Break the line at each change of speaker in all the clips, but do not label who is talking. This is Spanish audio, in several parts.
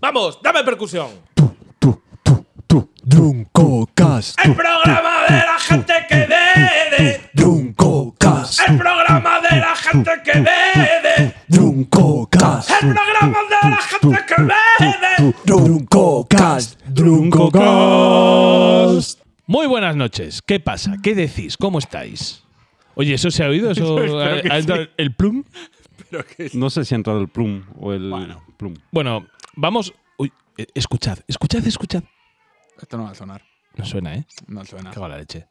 Vamos, dame percusión.
Tú, tú, tú. Drunko Cast.
El programa de la gente que bebe.
Drunko Cast.
El programa de la gente que bebe.
Drunko Cast.
El programa de la gente que bebe.
Drunko Cast. Drunko Cast.
Muy buenas noches. ¿Qué pasa? ¿Qué decís? ¿Cómo estáis? Oye, ¿eso se ha oído? ¿Eso ha- ha entrado ¿El plum?
No sé si ha entrado el plum o el plum.
Bueno, vamos. Uy, eh, escuchad, escuchad, escuchad.
Esto no va a sonar.
No suena, ¿eh?
No suena.
Cago en la leche.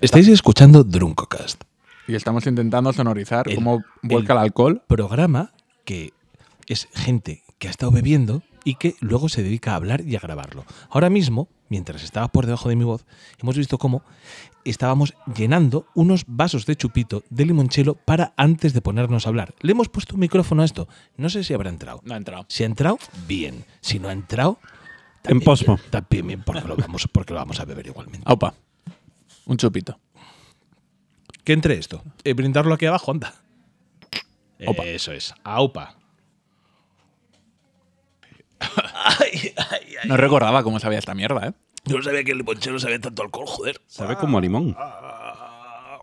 Estáis escuchando Druncocast,
Y estamos intentando sonorizar
El-
cómo vuelca
el-
el alcohol.
programa que es gente que ha estado bebiendo y que luego se dedica a hablar y a grabarlo. Ahora mismo, mientras estaba por debajo de mi voz, hemos visto cómo estábamos llenando unos vasos de chupito de limonchelo para antes de ponernos a hablar. Le hemos puesto un micrófono a esto. No sé si habrá entrado.
No ha entrado.
Si ha entrado, bien. Si no ha entrado,
En posmo.
también bien, porque lo vamos, porque lo vamos a beber igualmente.
Opa. Un chupito.
Que entre esto. Eh, brindarlo aquí abajo, anda. Eso es. Aupa.
No recordaba cómo sabía esta mierda, ¿eh?
Yo no sabía que el limonchelo sabía tanto alcohol, joder.
Sabe como a limón.
Ah,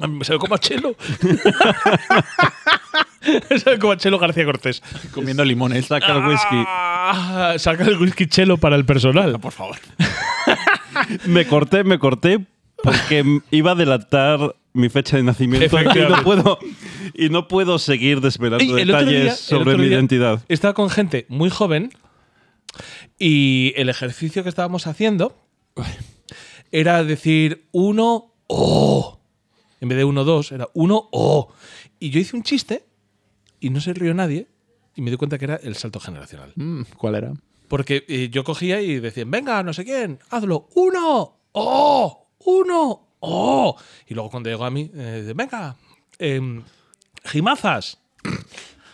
A mí me sabe como a chelo. Me sabe como a chelo García Cortés.
Comiendo limones.
Saca el whisky.
Ah, saca el whisky chelo para el personal.
Por favor.
Me corté, me corté porque m- iba a delatar mi fecha de nacimiento y
Efectivamente.
no puedo, y no puedo seguir desvelando
Y el otro
detalles
día- el
sobre
otro
mi
día
identidad.
Estaba con gente muy joven y el ejercicio que estábamos haciendo era decir uno, oh. En vez de uno, dos, era uno, oh. Y yo hice un chiste y no se rió nadie y me di cuenta que era el salto generacional.
Mm, ¿Cuál era?
Porque eh, yo cogía y decían, venga, no sé quién, hazlo, uno, oh, uno, oh. Y luego cuando llegó a mí, eh, dice, venga, em, jimazas,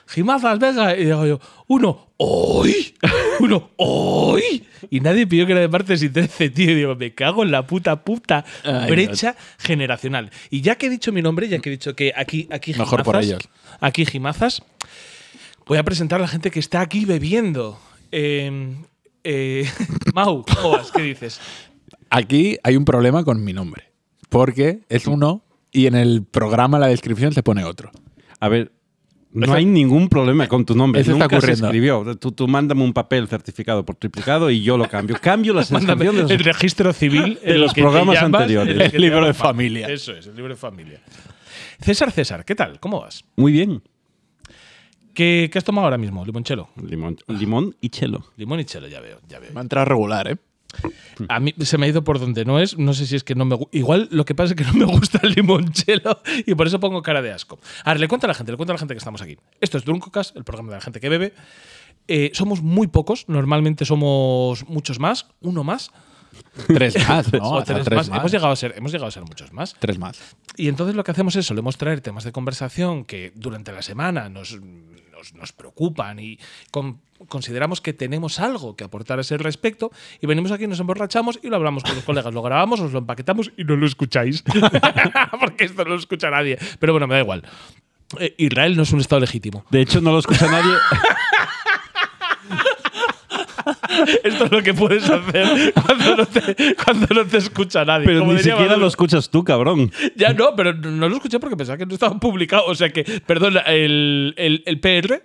jimazas, venga. Y digo yo, uno, hoy, uno, hoy. Y nadie pidió que era de martes y 13, tío. Y digo, me cago en la puta puta
Ay,
brecha generacional. Y ya que he dicho mi nombre, ya que he dicho que aquí, aquí
Mejor por
jimazas,
ellos.
Aquí jimazas. Voy a presentar a la gente que está aquí bebiendo. Eh, eh, Mau, ¿cómo vas? ¿Qué dices?
Aquí hay un problema con mi nombre. Porque es uno y en el programa, la descripción, se pone otro.
A ver, no hay ningún problema con tu nombre.
Eso está
Nunca se
ocurriendo.
escribió. Tú, tú mándame un papel certificado por triplicado y yo lo cambio. Cambio las
Mándame
sensaciones
el registro civil
de
en
los
el que te
programas
llamas,
anteriores.
en el que te
El libro
llamas
de
Mau.
familia.
Eso es, el libro de familia. César, César, ¿qué tal? ¿Cómo vas?
Muy bien.
¿Qué, qué has tomado ahora mismo? Limonchelo.
Limón, limón y chelo.
Limón y chelo, ya veo, ya veo.
Va a entrar regular, ¿eh?
Mm.
A mí se me ha ido por donde no es. No sé si es que no me gu- Igual lo que pasa es que no me gusta el limonchelo y por eso pongo cara de asco. A ver, le cuento a la gente, le cuento a la gente que estamos aquí. Esto es Druncocast, el programa de la gente que bebe. Eh, somos muy pocos, normalmente somos muchos más, uno más.
Tres más, ¿no?
o
Hasta
tres más. Hemos, llegado a ser, hemos llegado a ser muchos más.
Tres más.
Y entonces lo que hacemos es solemos traer temas de conversación que durante la semana nos, nos, nos preocupan y con- consideramos que tenemos algo que aportar a ese respecto y venimos aquí, nos emborrachamos y lo hablamos con los colegas, lo grabamos, os lo empaquetamos y no lo escucháis. Porque esto no lo escucha nadie. Pero bueno, me da igual. Eh, Israel no es un Estado legítimo.
De hecho, no lo escucha nadie.
Esto es lo que puedes hacer cuando no te, cuando no te escucha nadie.
Pero
Como
ni
diría
siquiera
Maduro.
lo escuchas tú, cabrón.
Ya no, pero no lo escuché porque pensaba que no estaba publicado. O sea que, perdona, el, el, el PR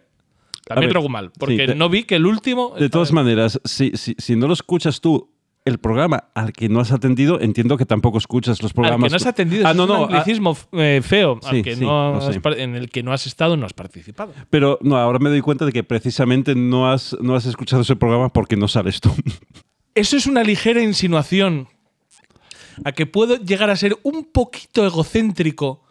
también
ver,
lo hago mal. Porque
sí, te-
no vi que el último.
De todas maneras, si, si, si no lo escuchas tú, el programa al que no has atendido, entiendo que tampoco escuchas los
Al
programas.
que no has atendido,
Ah,
eso
no,
es un
no. ah,
anglicismo eh, feo al
Sí,
que
sí,
no
lo
has
sé.
par- en el que no has estado no has participado.
pero no, ahora me doy cuenta de que precisamente no has, no has escuchado ese programa porque no sales tú.
Eso es una ligera insinuación a que puedo llegar a ser un poquito egocéntrico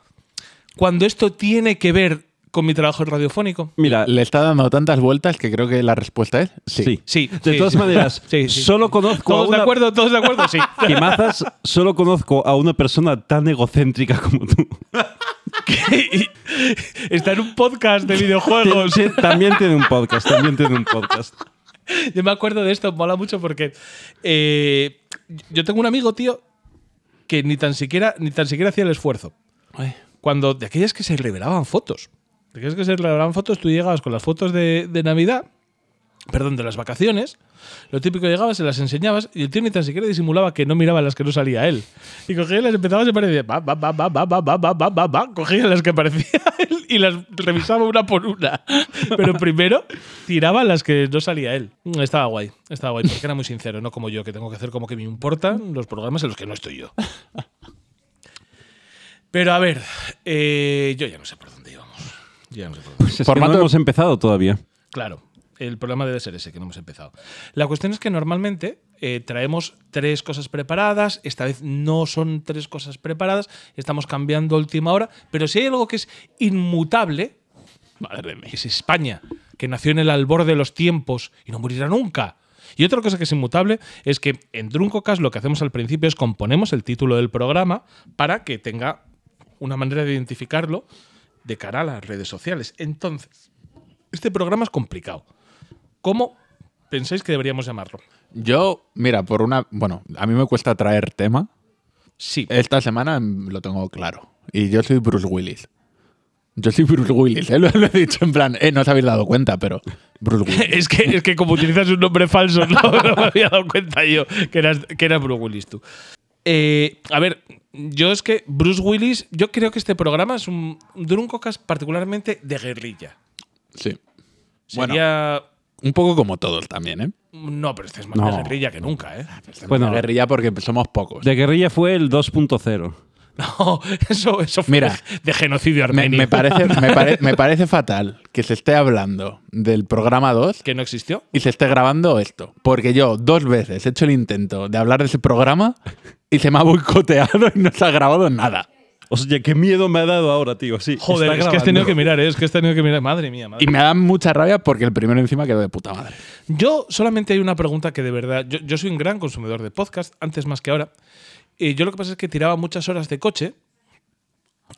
cuando esto tiene que ver con mi trabajo radiofónico.
Mira,
Le está dando tantas vueltas que creo que la respuesta es sí.
sí.
Sí,
De
sí,
todas
sí.
maneras,
Sí, sí.
solo conozco a
¿Todos
una.
de acuerdo? ¿Todos de acuerdo? Sí.
Quimazas, solo conozco a una persona tan egocéntrica como tú.
Está en un podcast de videojuegos.
Sí, también tiene un podcast, también tiene un podcast.
Yo me acuerdo de esto, mola mucho porque eh, yo tengo un amigo, tío, que ni tan siquiera, ni tan siquiera hacía el esfuerzo. Cuando de aquellas que se revelaban fotos. De aquellas que se revelaban fotos, tú llegabas con las fotos de, de Navidad perdón, de las vacaciones, lo típico llegaba, se las enseñabas y el tío ni tan siquiera disimulaba que no miraba las que no salía él. Y cogía y las empezaba a separar y decía, va, va, va, va, va, va, va, va, va, va, va, cogía las que parecía él y las revisaba una por una. Pero primero tiraba las que no salía él. Estaba guay, estaba guay, porque era muy sincero, no como yo, que tengo que hacer como que me importan los programas en los que no estoy yo. Pero a ver, eh, yo ya no sé por dónde íbamos. Yo ya no sé por dónde.
Pues es que
Formato-
no hemos empezado todavía.
Claro, el problema debe ser ese que no hemos empezado. La cuestión es que normalmente eh, traemos tres cosas preparadas, esta vez no son tres cosas preparadas, estamos cambiando a última hora, pero si hay algo que es inmutable, es España, que nació en el albor de los tiempos y no morirá nunca. Y otra cosa que es inmutable es que en Druncocast lo que hacemos al principio es componemos el título del programa para que tenga una manera de identificarlo de cara a las redes sociales. Entonces, este programa es complicado. ¿Cómo pensáis que deberíamos llamarlo?
Yo, mira, por una. Bueno, a mí me cuesta traer tema.
Sí.
Esta semana mm, lo tengo claro. Y yo soy Bruce Willis. Yo soy Bruce Willis, ¿eh? lo, lo he dicho en plan. Eh, no os habéis dado cuenta, pero. Bruce Willis.
Es que, es que como utilizas un nombre falso, no, no me había dado cuenta yo que eras, que eras Bruce Willis tú. Eh, a ver, yo es que Bruce Willis, yo creo que este programa es un Druncocast particularmente de guerrilla.
Sí. Bueno.
Sería.
Un poco como todos también, ¿eh?
no, pero este es más
No.
de guerrilla que nunca, ¿eh?
Bueno,
La guerrilla porque somos pocos.
de guerrilla fue el 2.0.
No, eso, eso fue
Mira,
de genocidio
Me,
armenio.
me parece, me, pare- me parece fatal que se esté hablando del programa 2
Que no existió.
y se esté grabando esto. Porque yo dos veces he hecho el intento de hablar de ese programa y se me ha boicoteado y no se ha grabado nada.
O sea, qué miedo me ha dado ahora, tío. Sí,
Joder,
está
es que has
grabando.
tenido que mirar, ¿eh? es que has tenido que mirar. Madre mía, madre
Y me da mucha rabia porque el primero encima quedó de puta madre.
Yo solamente hay una pregunta que de verdad. Yo, yo soy un gran consumidor de podcast, antes más que ahora. Y yo lo que pasa es que tiraba muchas horas de coche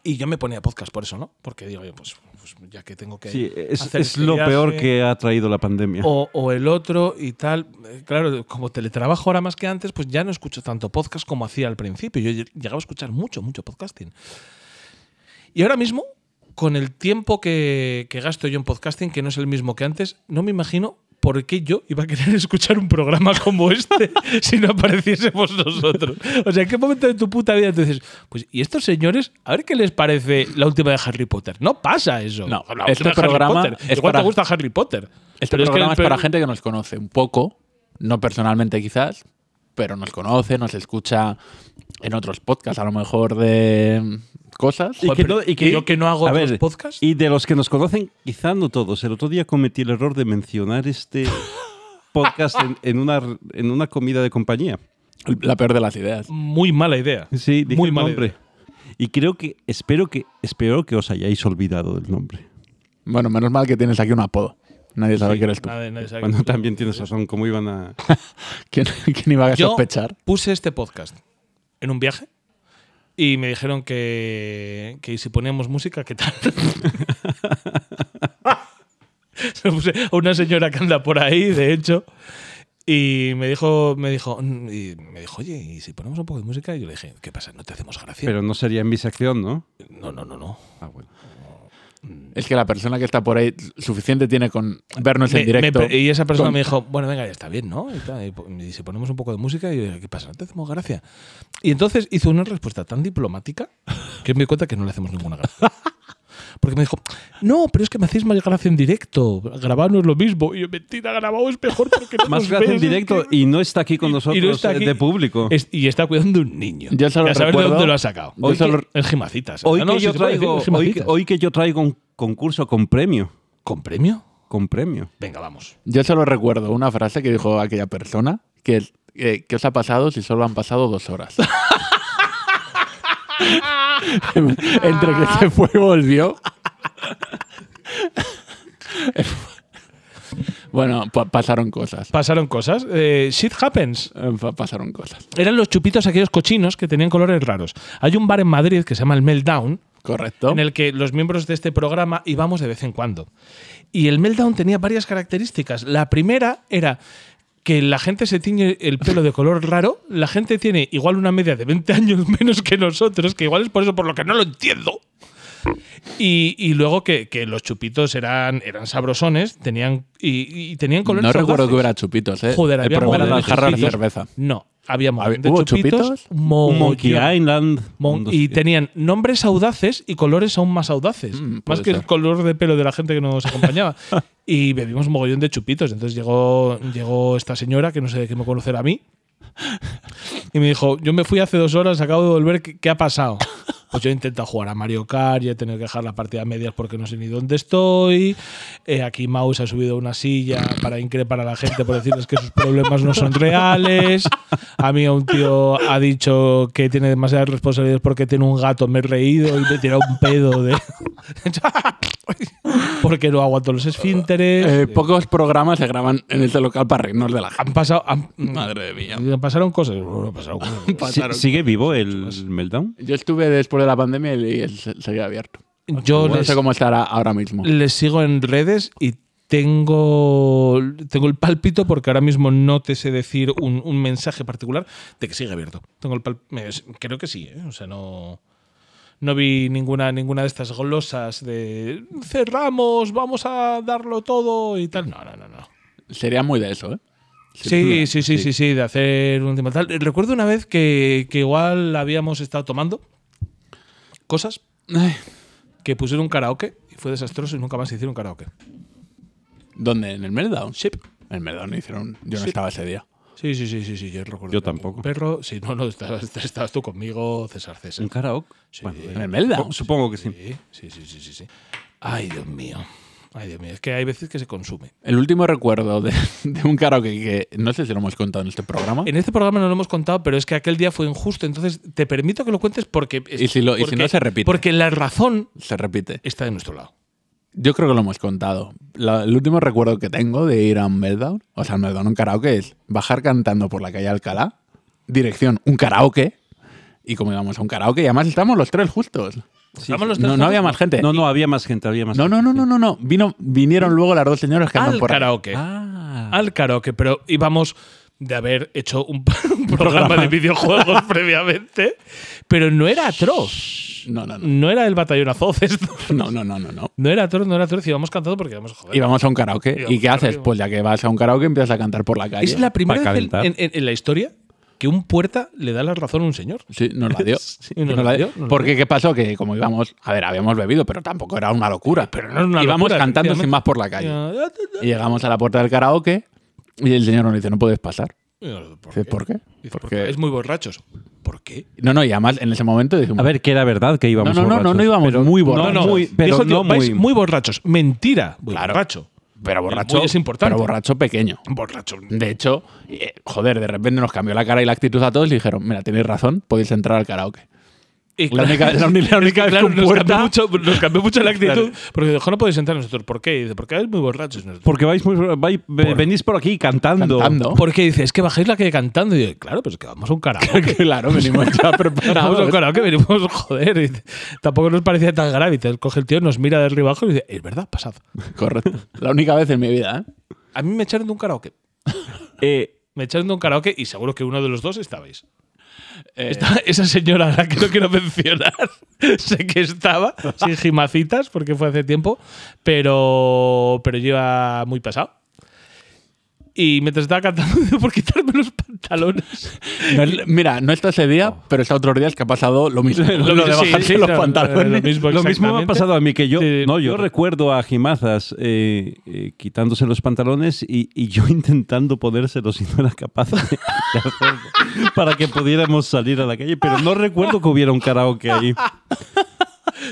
y yo me ponía podcast por eso, ¿no? Porque digo, oye, pues, pues ya que tengo que.
Sí, es,
hacer Oh,
es
este
lo
viaje,
peor que ha traído la pandemia.
O, o el otro y tal. Eh, Claro, como teletrabajo ahora más que antes, pues ya no escucho tanto podcast como hacía al principio. Yo lle- llegaba a escuchar mucho, mucho podcasting. Y ahora mismo, con el tiempo que, que gasto yo en podcasting, que no es el mismo que antes, no me imagino por qué yo iba a querer escuchar un programa como este si no apareciésemos nosotros. O sea, ¿en qué momento de tu puta vida tú dices, pues, ¿y estos señores, a ver qué les parece la última de Harry Potter? No pasa eso.
No,
La última
este
de Harry
programa
Potter.
es
Igual
para-
te gusta Harry Potter.
Este
pero es que
programa es,
el-
para gente que nos conoce un poco, no personalmente quizás, pero nos conoce, nos escucha en otros podcasts a lo mejor de cosas.
Y
Joder,
que
pero
no- y que-
yo que no hago
a
otros
ver,
podcasts.
Y de los que nos conocen, quizá no todos. El otro día cometí el error de mencionar este podcast en, en una, en una comida de compañía.
La peor de las ideas.
Muy mala idea.
Sí, dije
Muy
el
mala
nombre.
idea.
Y creo que espero, que, espero que os hayáis olvidado del nombre.
Bueno, menos mal que tienes aquí un apodo. Nadie sabe quién eres tú.
Nadie- nadie sabe que-
Bueno, también tienes razón, cómo iban a...
¿Quién, quién iba a
Yo
sospechar?
puse este podcast en un viaje y me dijeron que, que si poníamos música, ¿qué tal? Se lo puse a una señora que anda por ahí, de hecho, y me dijo, me dijo, mm, y me dijo, oye, ¿y si ponemos un poco de música? Y yo le dije, ¿qué pasa? ¿No te hacemos gracia?
Pero no sería en mi sección, ¿no?
no, no, no, no.
Ah, bueno.
Es que la persona que está por ahí suficiente tiene con vernos
Me- me
en directo.
pre- y esa persona
Con-
me dijo, bueno, venga, ya está bien, ¿no? Y, tal, y po- y si ponemos un poco de música, y yo dije, ¿qué pasa? ¿No te hacemos gracia? Y entonces hizo una respuesta tan diplomática que me di cuenta que no le hacemos ninguna gracia. Porque me dijo, no, pero es que me hacéis más gracia en directo. Grabar no es lo mismo. Y yo, mentira, grabado es mejor porque no
Más
nos
gracias en
ves, es
directo
que-
y no está aquí con
y- y no
nosotros
está
eh,
aquí.
de público.
Es- y está cuidando un niño.
Yo solo
Ya sabes de
recuerdo-
dónde lo ha sacado.
Hoy
Es
solo-
que- es gimacitas.
Hoy,
Ah, no,
que
sí
yo
se puede
traigo,
decir, es
hoy, que,
gimacitas.
hoy que yo traigo un concurso con premio.
¿Con premio?
Con premio.
Venga, vamos.
Yo solo recuerdo una frase que dijo aquella persona que es eh, ¿qué os ha pasado si solo han pasado dos horas? Entre que se fue y volvió. bueno, pa- pasaron cosas.
Pasaron cosas. Eh, shit happens.
Eh, pa- pasaron cosas.
eran los chupitos aquellos cochinos que tenían colores raros. Hay un bar en Madrid que se llama el Meltdown,
Correcto.
en el que los miembros de este programa íbamos de vez en cuando. Y el Meltdown tenía varias características. La primera era que la gente se tiñe el pelo de color raro, la gente tiene igual una media de 20 años menos que nosotros, que igual es por eso por lo que no lo entiendo. Y, y luego que, que los chupitos eran, eran sabrosones tenían, y, y tenían colores
No recuerdo
audaces.
que hubiera chupitos, ¿eh?
Joder, había
Pero eran
mogollón
las
de
jarras de
chupitos.
cerveza.
No, había mogollón de
¿Hubo
chupitos.
chupitos?
mogollón.
Monkey Island.
Oh, Mon-
un dos-
y tenían nombres audaces y colores aún más audaces.
Mm, puede
más que el
ser.
color de pelo de la gente que nos acompañaba. y bebimos un mogollón de chupitos. Entonces llegó, llegó esta señora, que no sé de qué me conocerá a mí, y me dijo, yo me fui hace dos horas, acabo de volver, ¿qué, qué ha pasado? Pues yo he intentado jugar a Mario Kart y he tenido que dejar la partida a medias porque no sé ni dónde estoy. Eh, aquí Mouse ha subido a una silla para increpar a la gente por decirles que sus problemas no son reales. A mí un tío ha dicho que tiene demasiadas responsabilidades porque tiene un gato, me he reído y me he tirado un pedo de... porque no aguanto los esfínteres.
Eh, pocos programas se graban en este local para reírnos de la gente.
han pasado... han-
Madre mía.
Pasaron cosas. Bueno, pasaron cosas.
Si- ¿Sigue vivo el Meltdown?
Yo estuve después de la pandemia y él se- seguía abierto.
Yo
no
les-
sé cómo estará ahora mismo.
les sigo en redes y tengo, tengo el pálpito porque ahora mismo no te sé decir un, un mensaje particular de que sigue abierto. Tengo el pal- me- creo que sí, ¿eh? o sea, no no vi ninguna ninguna de estas golosas de cerramos, vamos a darlo todo y tal. No, no, no, no.
Sería muy de eso, ¿eh?
Sí, sí, sí, sí, sí, de hacer un tema tal. Recuerdo una vez que, que igual habíamos estado tomando cosas
Ay,
que pusieron un karaoke y fue desastroso y nunca más se hicieron karaoke.
¿Dónde? ¿En el Meltdown?
Sí.
En el Meltdown no hicieron. Yo no
Sí.
estaba ese día.
Sí, sí, sí, sí, sí, yo recuerdo.
Yo
que había un
tampoco.
Perro, sí, no, no, estabas, estabas tú conmigo, César César.
¿Un karaoke? Bueno,
En el
eh,
Meltdown.
Oh.
Supongo que sí.
Sí, sí, sí, sí, sí, sí. Ay, Dios mío. Ay, Dios mío. Es que hay veces que se consume.
El último recuerdo de, de un karaoke que no sé si lo hemos contado en este programa.
En este programa no lo hemos contado, pero es que aquel día fue injusto. Entonces, te permito que lo cuentes porque.
Y si lo- y si
porque-
no, se repite.
Porque la razón
Se repite.
está de nuestro lado.
Yo creo que lo hemos contado. La- el último recuerdo que tengo de ir a un Meltdown, o sea, un Meltdown, un karaoke, es bajar cantando por la calle Alcalá, dirección, un karaoke, y como íbamos a un karaoke, y además estábamos los tres justos.
Estábamos los tres
No, no había
juntos
más gente.
No, no, había más gente, había más
No,
gente.
no, no, no, no, no. Vino, vinieron luego las dos señoras que andan
Al
por ahí.
karaoke.
Ah.
Al karaoke, pero íbamos de haber hecho un, un programa de videojuegos previamente. Pero no era atroz.
No, no, no.
No era el batallón azoz esto.
No, no, no, no, no.
No era atroz, no era atroz, íbamos cantando porque íbamos joder.
Y vamos a un karaoke.
Íbamos
¿Y qué
a un
haces?
karaoke.
Pues ya que vas a un karaoke empiezas a cantar por la calle.
es la primera
Para
vez en,
calentar.
en- en la historia que un puerta le da la razón a un señor.
Sí, nos la dio.
Sí, nos la dio, nos la
Porque qué pasó que como íbamos, a ver, habíamos bebido, pero tampoco era una locura.
Pero no era una
íbamos
locura,
cantando sin
efectivamente.
más por la
Y,
calle.
ah,
Y llegamos a la puerta del karaoke y el señor nos dice, no puedes pasar.
y yo, ¿Por
Dice, ¿por qué?
Dice,
Porque...
Es muy borrachos. ¿Por qué?
No, no, y además en ese momento dijimos,
A ver, que era verdad que íbamos
No, no, no,
borrachos,
no íbamos
pero-
muy borrachos.
No, no, muy- pero
Dijo el tío,
no
"Vais
muy,
muy borrachos. Mentira. Voy
Claro.
borracho.
pero borracho.
muy es importante.
Pero borracho pequeño.
Borracho.
De hecho, eh, joder, de repente nos cambió la cara y la actitud a todos y dijeron, mira, tenéis razón, podéis entrar al karaoke.
Y
La única, la única, la única vez
claro,
que un
nos,
puerta-
cambió mucho, nos cambió mucho la actitud. Porque dijo, no podéis entrar nosotros. ¿Por qué? Y dice, porque es muy borrachos. nosotros.
Porque vais muy, vais- venís por aquí cantando.
cantando.
Porque dice, es que bajáis la calle cantando. Y yo, claro, pues que vamos a un karaoke.
claro, venimos ya preparados.
Vamos a un karaoke, venimos, joder. Y dice, tampoco nos parecía tan grave. Y te coge el tío, nos mira de arriba abajo y dice, es verdad, pasad.
Correcto. La única vez en mi vida, ¿eh?
A mí me echaron de un karaoke.
Eh,
Me echaron de un karaoke y seguro que uno de los dos estabais. Está esa señora a la que no quiero mencionar, sé que estaba, sin jimacitas, porque fue hace tiempo, pero, pero lleva muy pasado. Y mientras estaba cantando por quitarme los pantalones.
No es- mira, no está ese día, pero está otros días que ha pasado lo mismo.
Oh. Lo
lo de
mismo, sí,
bajarse
sí,
los
no,
pantalones.
lo mismo,
Lo mismo me ha
exactamente.
pasado a mí que yo.
Sí.
no, yo recuerdo a Jimazas eh, eh, quitándose los pantalones y, y yo intentando ponérselos y no era capaz de, de hacerlo para que pudiéramos salir a la calle, pero no recuerdo que hubiera un karaoke ahí.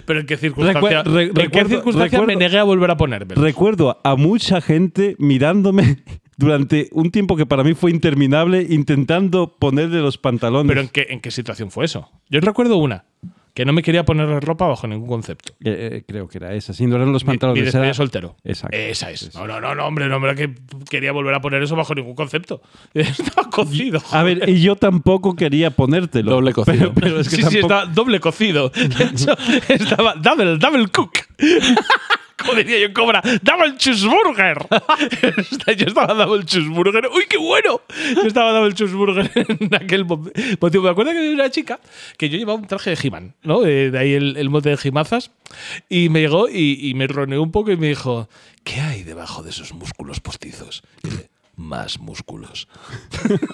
Pero en qué circunstancia,
Recue- re-
en qué
recuerdo-
circunstancia
recuerdo-
me negué a volver a ponérmelo.
Recuerdo a mucha gente mirándome durante un tiempo que para mí fue interminable intentando ponerle los pantalones.
Pero en qué, en qué situación fue eso. Yo recuerdo una, que no me quería poner la ropa bajo ningún concepto.
Eh, eh, creo que era esa, sí, no eran los
Mi, mi
pantalones.
despedida
era-
soltero.
Exacto.
Esa es. No, no, no, no, hombre, no, hombre, que quería volver a poner eso bajo ningún concepto. Estaba cocido.
A ver, y yo tampoco quería ponértelo.
Doble cocido.
Pero, pero es que
sí, sí,
tampoco-
estaba doble cocido. De hecho, estaba double, double cook. Como decía yo en Cobra, Double Cheeseburger. yo estaba Double Cheeseburger. ¡Uy, qué bueno! Yo estaba Double Cheeseburger en aquel mo- motivo. Me acuerdo que había una chica que yo llevaba un traje de He-Man, ¿no? Eh, De ahí el, el mote de Jimazas. Y me llegó y, y me roneó un poco y me dijo, ¿qué hay debajo de esos músculos postizos? Y dije, más músculos.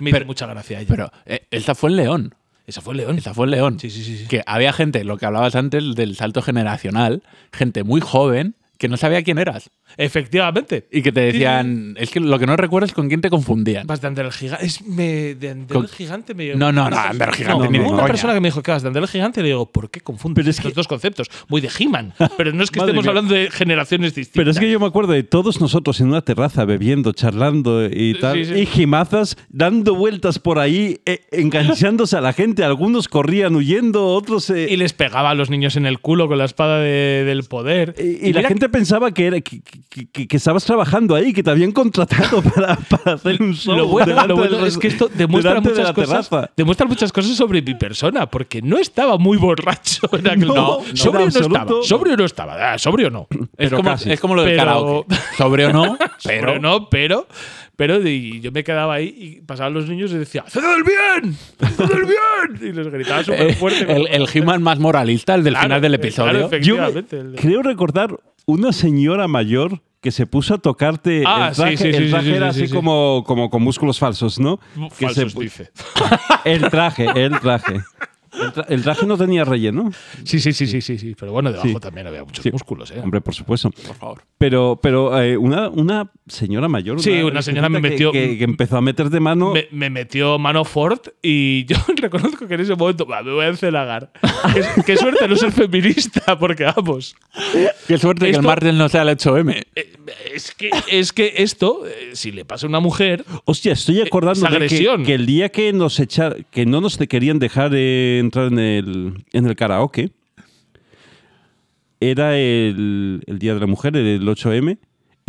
me hizo mucha gracia a ella.
Pero eh, esta fue en León.
Esa fue León.
Esta fue en León.
Sí, sí, sí, sí.
Que había gente, lo que hablabas antes del salto generacional, gente muy joven que no sabía quién eras.
Efectivamente.
Y que te decían, es que lo que no recuerdo es con quién te confundían.
Vas de Ander el Gigante. Es me, de Ander
Con-
el Gigante me
No, no,
Ah,
no, Ander el Gigante
No,
ni de
hubo una
coña.
persona que me dijo que vas de Ander el Gigante y le digo, ¿por qué confundes
Pero es
estos
que-
dos conceptos? Muy de He-Man. Pero no es que
Madre
estemos
mía.
hablando de generaciones distintas.
Pero es que yo me acuerdo de todos nosotros en una terraza bebiendo, charlando y tal,
sí.
y jimazas dando vueltas por ahí, e- enganchándose a la gente. Algunos corrían huyendo, otros... eh,
Y les pegaba a los niños en el culo con la espada de- del poder.
y- y la
mira
gente pensaba que, era, que, que- que- que estabas trabajando ahí, que te habían contratado para, para hacer un show.
Lo bueno,
delante
lo bueno
del res-
es que esto demuestra
delante de
muchas,
la
cosas,
terraza.
demuestra muchas cosas sobre mi persona, porque no estaba muy borracho en aquel
No,
No,
no,
sobrio
en
no estaba.
absoluto.
Sobrio no estaba. Ah, sobrio no.
Es como,
casi.
es como lo del
Pero-
karaoke. Sobre o no, pero,
Pero no, pero. Pero y yo me quedaba ahí y pasaban los niños y decía, ¡Haced el bien! ¡Haced el bien! Y les gritaba súper
Eh,
fuerte.
el, el He-Man más moralista, el del
Claro,
final del
eh, claro,
episodio.
efectivamente.
Yo
el de-
creo recordar una señora mayor que se puso a tocarte
Ah,
el
sí,
traje,
sí, sí,
el traje
sí, sí,
era
sí,
así
sí.
Como, como con músculos falsos, ¿no? Que se
Falsos,
pu-
dice.
El traje, el traje. El, tra- el traje no tenía relleno.
Sí, sí, sí, sí, sí, sí. Pero bueno, debajo
Sí.
también había muchos
Sí.
músculos, ¿eh?
Hombre, por supuesto.
Por favor.
Pero, pero eh, una, una señora mayor.
Sí, una señora me
que-
metió-
Que, que empezó a meter de mano.
Me, me metió mano Ford y yo reconozco que en ese momento "Bah, me voy a encelagar. qué, qué suerte no ser feminista, porque vamos.
Qué suerte que
Esto-
el martes no sea el 8M.
eh, Es que, es que esto, eh, si le pasa a una mujer,
Hostia, estoy acordando
Eh, esa
de que,
agresión.
que el día que nos echa- que no nos te querían dejar eh, entrar en el, en el karaoke, era el, el Día de la Mujer, el 8M,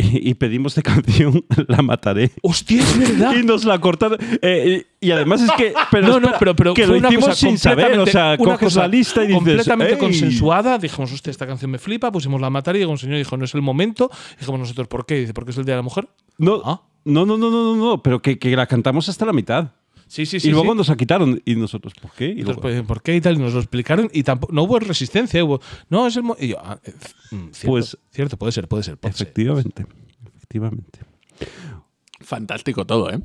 y, y pedimos de canción La Mataré.
hostia, es verdad.
Y nos la cortaron. eh, y y además es que. Pero
no,
espera,
no, pero, pero
que
fue
lo
una
hicimos
cosa
sin saber. O sea,
completamente- una
coges
cosa
la lista y dices.
Completamente
"Ey".
consensuada. Dijimos, hostia, esta canción me flipa. Pusimos la matar y llegó un señor y dijo, no es el momento. Dijimos nosotros, ¿por qué? Dice, porque es el Día de la Mujer.
No,
Ah.
no, no, no, no, no, no, pero que, que la cantamos hasta la mitad.
Sí, sí,
Y
sí.
luego
sí.
nos la quitaron. Y nosotros, ¿por qué? Y
Y
luego,
entonces, pues, ¿por qué? Y tal, y nos lo explicaron y tampoco, no hubo resistencia, hubo, no, es el mo-". y yo, ah, eh, mm, cierto,
Pues-
cierto, puede ser, puede ser, puede ser.
efectivamente. Efectivamente.
Fantástico todo, ¿eh?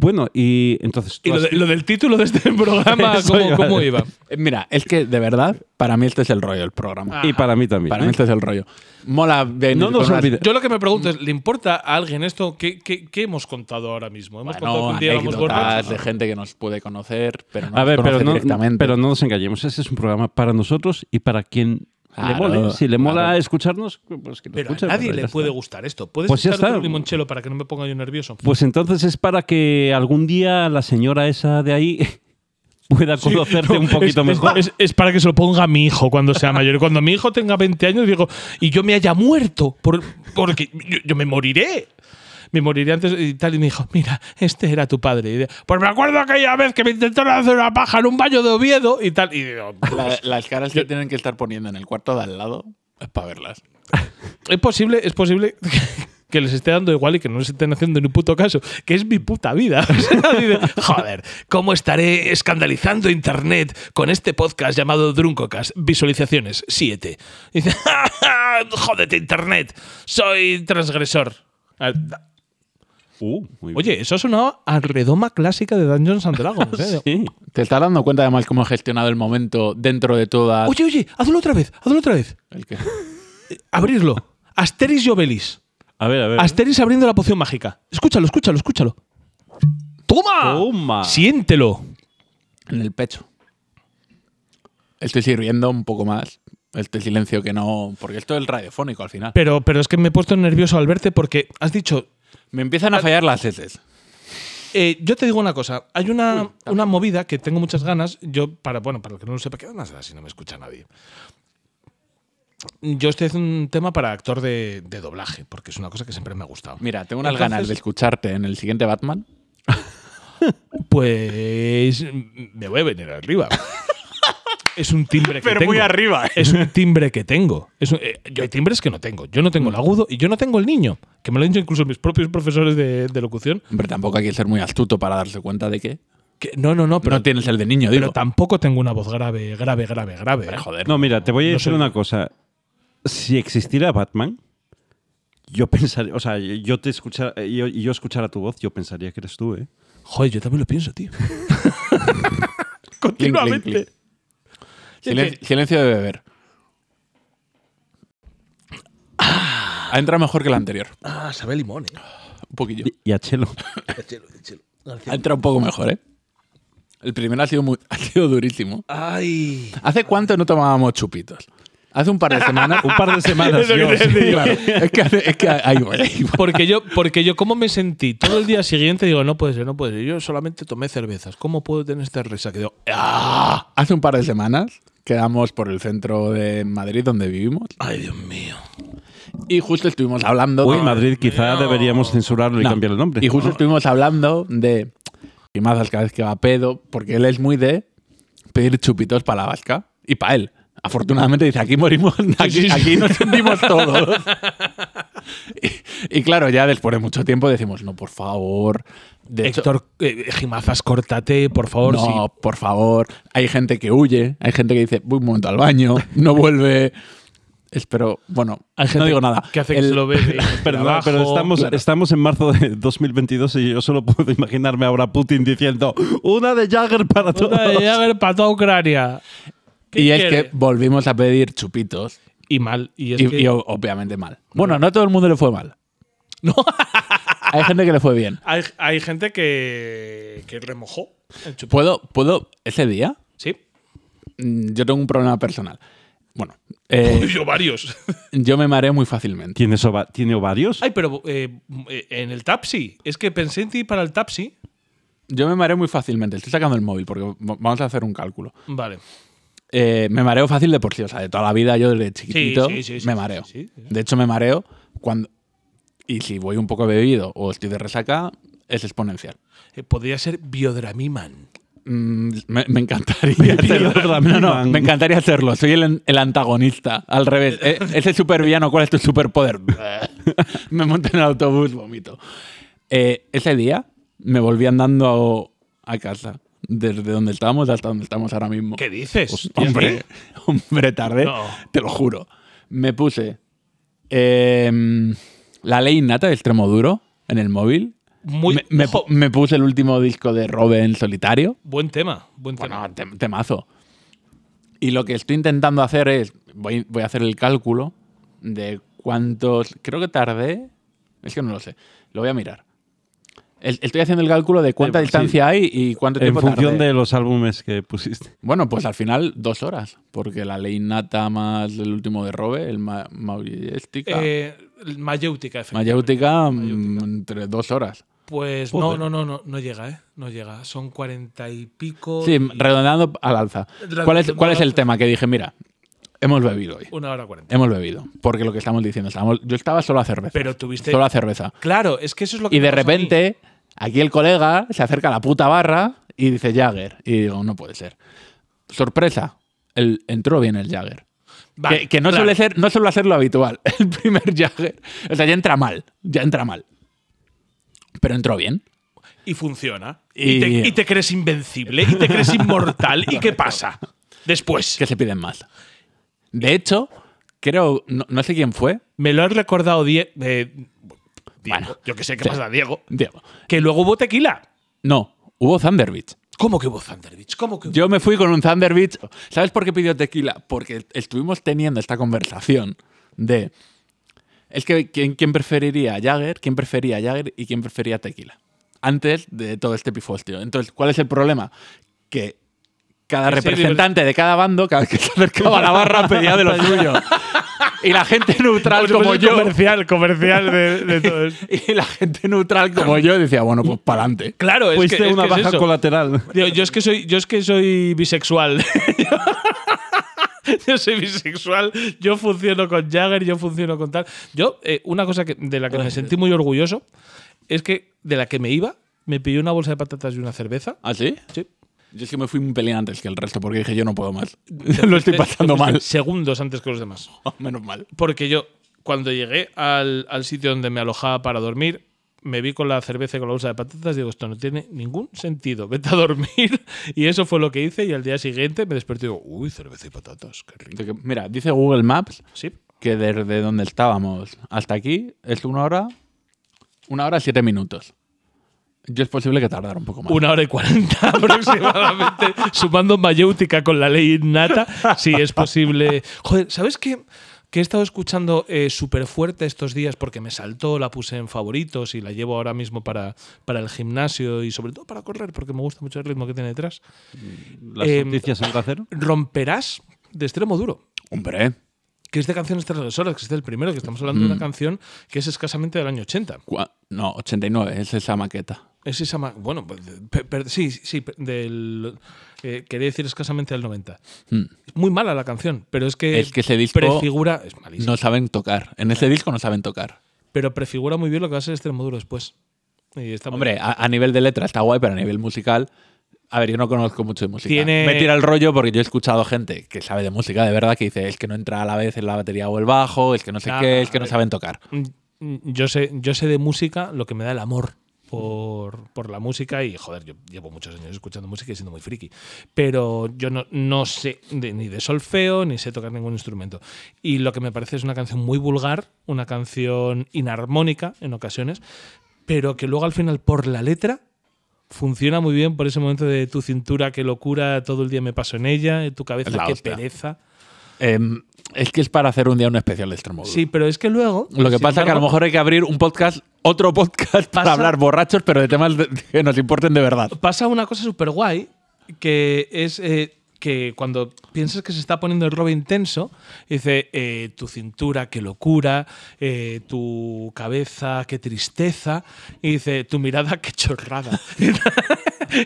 Bueno, y entonces. tú
Y lo,
has-
de- lo del título de este programa,
Eso
¿cómo,
iba a
cómo
decir.
iba?
Eh, Mira, es que de verdad, para mí este es el rollo, el programa.
Ah,
y para mí también.
para
¿eh?
mí este es el rollo. Mola venir
No nos
con unas-
olvide-
Yo lo que me pregunto es, ¿le importa a alguien esto? ¿Qué, qué- qué hemos contado ahora mismo? ¿Hemos contado
Bueno,
que un día íbamos
anécdotas
borrachos?
de gente que nos puede conocer, pero no
A
nos
ver, pero
conoce
no,
directamente.
pero no nos engañemos. Ese es un programa para nosotros y para quien
Claro,
le mole. Si le mola
claro.
escucharnos, pues que lo
Pero
escuche,
a nadie
pero ya
le
está.
puede gustar esto. ¿Puedes
Pues ya
echar
está.
otro limonchelo para que no me ponga yo nervioso?
Pues entonces es para que algún día la señora esa de ahí pueda conocerte un poquito
es,
mejor.
Es, es para que se lo ponga a mi hijo cuando sea mayor. Y Cuando mi hijo tenga 20 años, digo, y yo me haya muerto, por- porque yo, yo me moriré. Me moriré antes y tal. Y me dijo, mira, este era tu padre. Y digo, pues me acuerdo aquella vez que me intentaron hacer una paja en un baño de Oviedo y tal. Y digo,
La- las caras que tienen que estar poniendo en el cuarto de al lado es para verlas.
es posible, es posible que les esté dando igual y que no les estén haciendo ni un puto caso, que es mi puta vida. O sea, dice, Joder, ¿cómo estaré escandalizando internet con este podcast llamado Druncocast? Visualizaciones, 7. Dice, jódete internet, soy transgresor. Ah,
Uh, muy bien.
Oye, eso ha sonado a redoma clásica de Dungeons and Dragons. ¿eh?
Sí.
¿Te estás dando cuenta además cómo he gestionado el momento dentro de toda.
Oye, oye, hazlo otra vez, hazlo otra vez.
El que-
Abrirlo. Asteris y Obelis.
A ver, a ver.
Asteris abriendo la poción mágica. Escúchalo, escúchalo, escúchalo. ¡Toma!
Toma.
Siéntelo.
en el pecho. Estoy sirviendo un poco más. Este silencio que no. Porque esto es radiofónico al final.
Pero, pero es que me he puesto nervioso al verte porque has dicho.
Me empiezan a fallar las heces.
eh, yo te digo una cosa, hay una, una movida que tengo muchas ganas. Yo, para, bueno, para el que no lo sepa, ¿qué ganas da si no me escucha nadie? Yo estoy haciendo un tema para actor de, de doblaje, porque es una cosa que siempre me ha gustado.
Mira, tengo unas
Entonces-
ganas de escucharte en el siguiente Batman.
Pues mm, me voy a venir arriba. es un timbre que
Pero
tengo.
muy arriba, ¿eh?
Es un timbre que tengo. Es un- eh, yo hay timbres que no tengo. Yo no tengo el agudo y yo no tengo el niño. Que me lo han dicho incluso mis propios profesores de, de locución.
Hombre, tampoco hay que ser muy astuto para darse cuenta de que
Que, no, no, no, pero,
no tienes el de niño,
pero
digo.
tampoco tengo una voz grave, grave, grave, grave. ¿eh?
Hombre, joder.
No, mira, te voy a
No
decir
sé.
una cosa. Si existiera Batman, yo pensaría, o sea, yo te escuchara, yo, yo escuchara tu voz, yo pensaría que eres tú, ¿eh?
Joder, yo también lo pienso, tío.
Clink, clink,
Continuamente.
clink. Silen- silencio de beber. Ha entrado Ah, mejor que la anterior.
Ah, sabe a limón, eh.
Un poquillo.
Y- Y a Chelo.
Ha entrado un poco mejor, ¿eh? El primero ha sido, muy- ha sido durísimo.
Ay.
¿Hace cuánto no tomábamos chupitos? Hace un par de semanas.
Un par de semanas.
Eso
yo,
que te
sí.
digo.
Claro, es que, es que ahí voy, ahí voy.
Porque yo, porque yo como me sentí todo el día siguiente, digo, no puede ser, no puede ser. Yo solamente tomé cervezas. ¿Cómo puedo tener esta risa? Que digo, ¡ah!
Hace un par de semanas quedamos por el centro de Madrid donde vivimos
Ay, Dios mío.
y justo estuvimos hablando
Uy,
de-
Madrid, quizá deberíamos censurarlo y
No.
cambiar el nombre.
Y justo estuvimos hablando de y más cada vez que va a pedo, porque él es muy de pedir chupitos para la vasca y para él. Afortunadamente dice, aquí morimos, aquí,
sí, sí.
aquí nos hundimos todos. y, y claro, ya después de mucho tiempo decimos, no, por favor. De hecho,
Héctor, eh, Jimazas, córtate, por favor.
no,
sí.
por favor. Hay gente que huye, hay gente que dice, voy un momento al baño, no vuelve. Espero, bueno,
Hay gente
no digo nada.
que hace que
El-
se lo ve.
Perdona, pero estamos, estamos en marzo de 2022 y yo solo puedo imaginarme ahora a Putin diciendo una de Jagger para todos.
Una de Jagger para toda Ucrania. ¿Qué
Y es
quiere?
que volvimos a pedir chupitos.
Y mal. Y es
Y,
que-
y o- obviamente mal. Bueno, no a todo el mundo le fue mal.
No.
Hay gente que le fue bien.
hay, hay gente que, que remojó. el chup-
¿Puedo, puedo ese día?
Sí.
Mm, Yo tengo un problema personal. Bueno, eh,
Yo varios.
yo me mareo muy fácilmente.
¿Tiene, ova- ¿Tiene ovarios?
Ay, pero eh, en el taxi. Es que pensé en ti para el taxi.
Yo me mareo muy fácilmente. Estoy sacando el móvil porque v- vamos a hacer un cálculo.
Vale.
Eh, me mareo fácil de por sí. O sea, de toda la vida yo desde chiquitito
sí, sí, sí,
me
sí,
mareo.
sí, sí.
De hecho, me mareo cuando... Y si voy un poco bebido o estoy de resaca, es exponencial.
Eh, podría ser Biodramiman.
Mm, me, me encantaría hacerlo. No, no, me encantaría hacerlo. Soy el, el antagonista. Al revés. E- ese supervillano, ¿cuál es tu superpoder? me monto en el autobús, vomito. Eh, ese día me volví andando a, a casa. Desde donde estábamos hasta donde estamos ahora mismo. Pues,
¿Qué dices?
Hombre, hombre, tarde.
No.
Te lo juro. Me puse em, la ley innata de extremo duro en el móvil.
Muy,
me, me-
ojo,
me puse el último disco de Robe en solitario.
buen tema. Buen tema.
Bueno, tem- temazo. Y lo que estoy intentando hacer es, voy, voy a hacer el cálculo de cuántos, creo que tardé, es que no lo sé, lo voy a mirar. El- Estoy haciendo el cálculo de cuánta
Eh, sí.
distancia hay y cuánto
En
tiempo
función
tardé.
de los álbumes que pusiste.
Bueno, pues al final dos horas, porque la ley nata más el último de Robe, el ma Majestica,
Eh, Mayéutica, efectivamente.
Majestica, mm, entre dos horas.
Pues no, no, no, no, no llega, ¿eh? No llega. Son cuarenta y pico.
Sí,
y
redondeando al alza.
Redondeando
¿Cuál es, cuál es
al
el
alza.
tema que dije? Mira, hemos bebido hoy.
una hora cuarenta.
Hemos bebido, porque lo que estamos diciendo, estábamos- yo estaba solo a cerveza.
Pero tuviste-
Solo a cerveza.
Claro, es que eso es lo que.
Y
me
de
pasó a mí.
repente, aquí el colega se acerca a la puta barra y dice Jagger. Y digo, no puede ser. Sorpresa, el, entró bien el Jagger.
Vale,
que, que no,
claro.
suele ser, no suele ser lo habitual, el primer Jagger. O sea, ya entra mal, ya entra mal. Pero entró bien.
Y funciona.
Y-
Y, te, y te crees invencible. Y te crees inmortal. ¿Y qué pasa? Después.
Que se piden más. De hecho, creo, no, no sé quién fue.
Me lo has recordado, Die- eh, Diego.
Bueno,
yo que sé qué
sí.
pasa, Diego.
Diego.
Que luego hubo tequila.
No, hubo Thunder Beach.
¿Cómo que hubo Thunder Beach? ¿Cómo que hubo?
Yo me fui con un Thunder Beach. ¿Sabes por qué pidió tequila? Porque estuvimos teniendo esta conversación de. Es que ¿quién, quién preferiría a Jagger, quién prefería a Jagger y quién prefería tequila. Antes de todo este pifostio. Entonces, ¿cuál es el problema? Que cada
Que sí,
representante de cada bando, cada vez que se acercaba a la barra, pedía de lo suyo. Y la gente neutral
Pues, pues,
como
el
yo.
Comercial, comercial de, de todo esto.
Y la gente neutral como yo decía, bueno, pues para adelante.
Claro, es que,
Fuiste
es
una
que es
baja
eso.
colateral.
Yo, yo es que soy, yo es que soy bisexual. yo soy bisexual, yo funciono con Jagger, yo funciono con tal. Yo, eh, una cosa que, de la que me sentí muy orgulloso es que de la que me iba, me pidió una bolsa de patatas y una cerveza.
¿Ah, sí?
Sí.
Yo es que me fui un pelín antes que el resto porque dije, yo no puedo más. Lo estoy pasando mal.
Segundos antes que los demás.
Menos mal.
Porque yo, cuando llegué al, al sitio donde me alojaba para dormir, me vi con la cerveza y con la bolsa de patatas. Digo, esto no tiene ningún sentido. Vete a dormir. Y eso fue lo que hice. Y al día siguiente me desperté y digo, uy, cerveza y patatas, qué rico.
De que- Mira, dice Google Maps
Sí.
que desde donde estábamos hasta aquí es una hora, una hora siete minutos. Yo es posible que tardara un poco más.
Una hora y cuarenta aproximadamente, sumando mayéutica con la ley innata, si es posible. Joder, ¿sabes qué? Que he estado escuchando súper fuerte estos días porque me saltó, la puse en favoritos y la llevo ahora mismo para, para el gimnasio y sobre todo para correr, porque me gusta mucho el ritmo que tiene detrás.
Las
Em,
noticias son de acero.
Romperás de extremo duro.
Hombre,
Que es de canciones transgresoras, que es el primero, que estamos hablando de una canción que es escasamente del año 80.
cua- no, 89, es esa maqueta.
Es esa ma- Bueno, pues, pe- per- sí, sí, sí, pe- del. eh, quería decir escasamente del 90. Es Muy mala la canción, pero es que.
Hmm. Es que ese disco
Prefigura. Es malísimo.
No saben tocar. En ese disco no saben tocar.
Pero prefigura muy bien lo que va a ser Extremoduro después. Y está muy-
Hombre, a, a nivel de letra está guay, pero a nivel musical. A ver, yo no conozco mucho de música.
Tiene-
Me tira el rollo porque yo he escuchado gente que sabe de música de verdad que dice es que no entra a la vez en la batería o el bajo, es que no sé
Ah,
qué, es que
a
no
ver.
saben tocar.
Mm, mm, Yo sé, yo sé de música lo que me da el amor por, por la música y, joder, yo llevo muchos años escuchando música y siendo muy friki. Pero yo no, no sé de- ni de solfeo ni sé tocar ningún instrumento. Y lo que me parece es una canción muy vulgar, una canción inarmónica en ocasiones, pero que luego al final por la letra funciona muy bien por ese momento de tu cintura, qué locura, todo el día me paso en ella, en tu cabeza,
Es la
qué
hostia.
pereza.
Em, es que es para hacer un día un especial de Extremoduro.
Sí, pero es que luego...
Lo que
sin
pasa es que a lo
embargo,
mejor hay que abrir un podcast, otro podcast para
Pasa-
hablar borrachos, pero de temas de- que nos importen de verdad.
pasa una cosa súper guay, que es eh, que cuando piensas que se está poniendo el robo intenso, dice, eh, tu cintura, qué locura, eh, tu cabeza, qué tristeza, y dice, tu mirada, qué chorrada.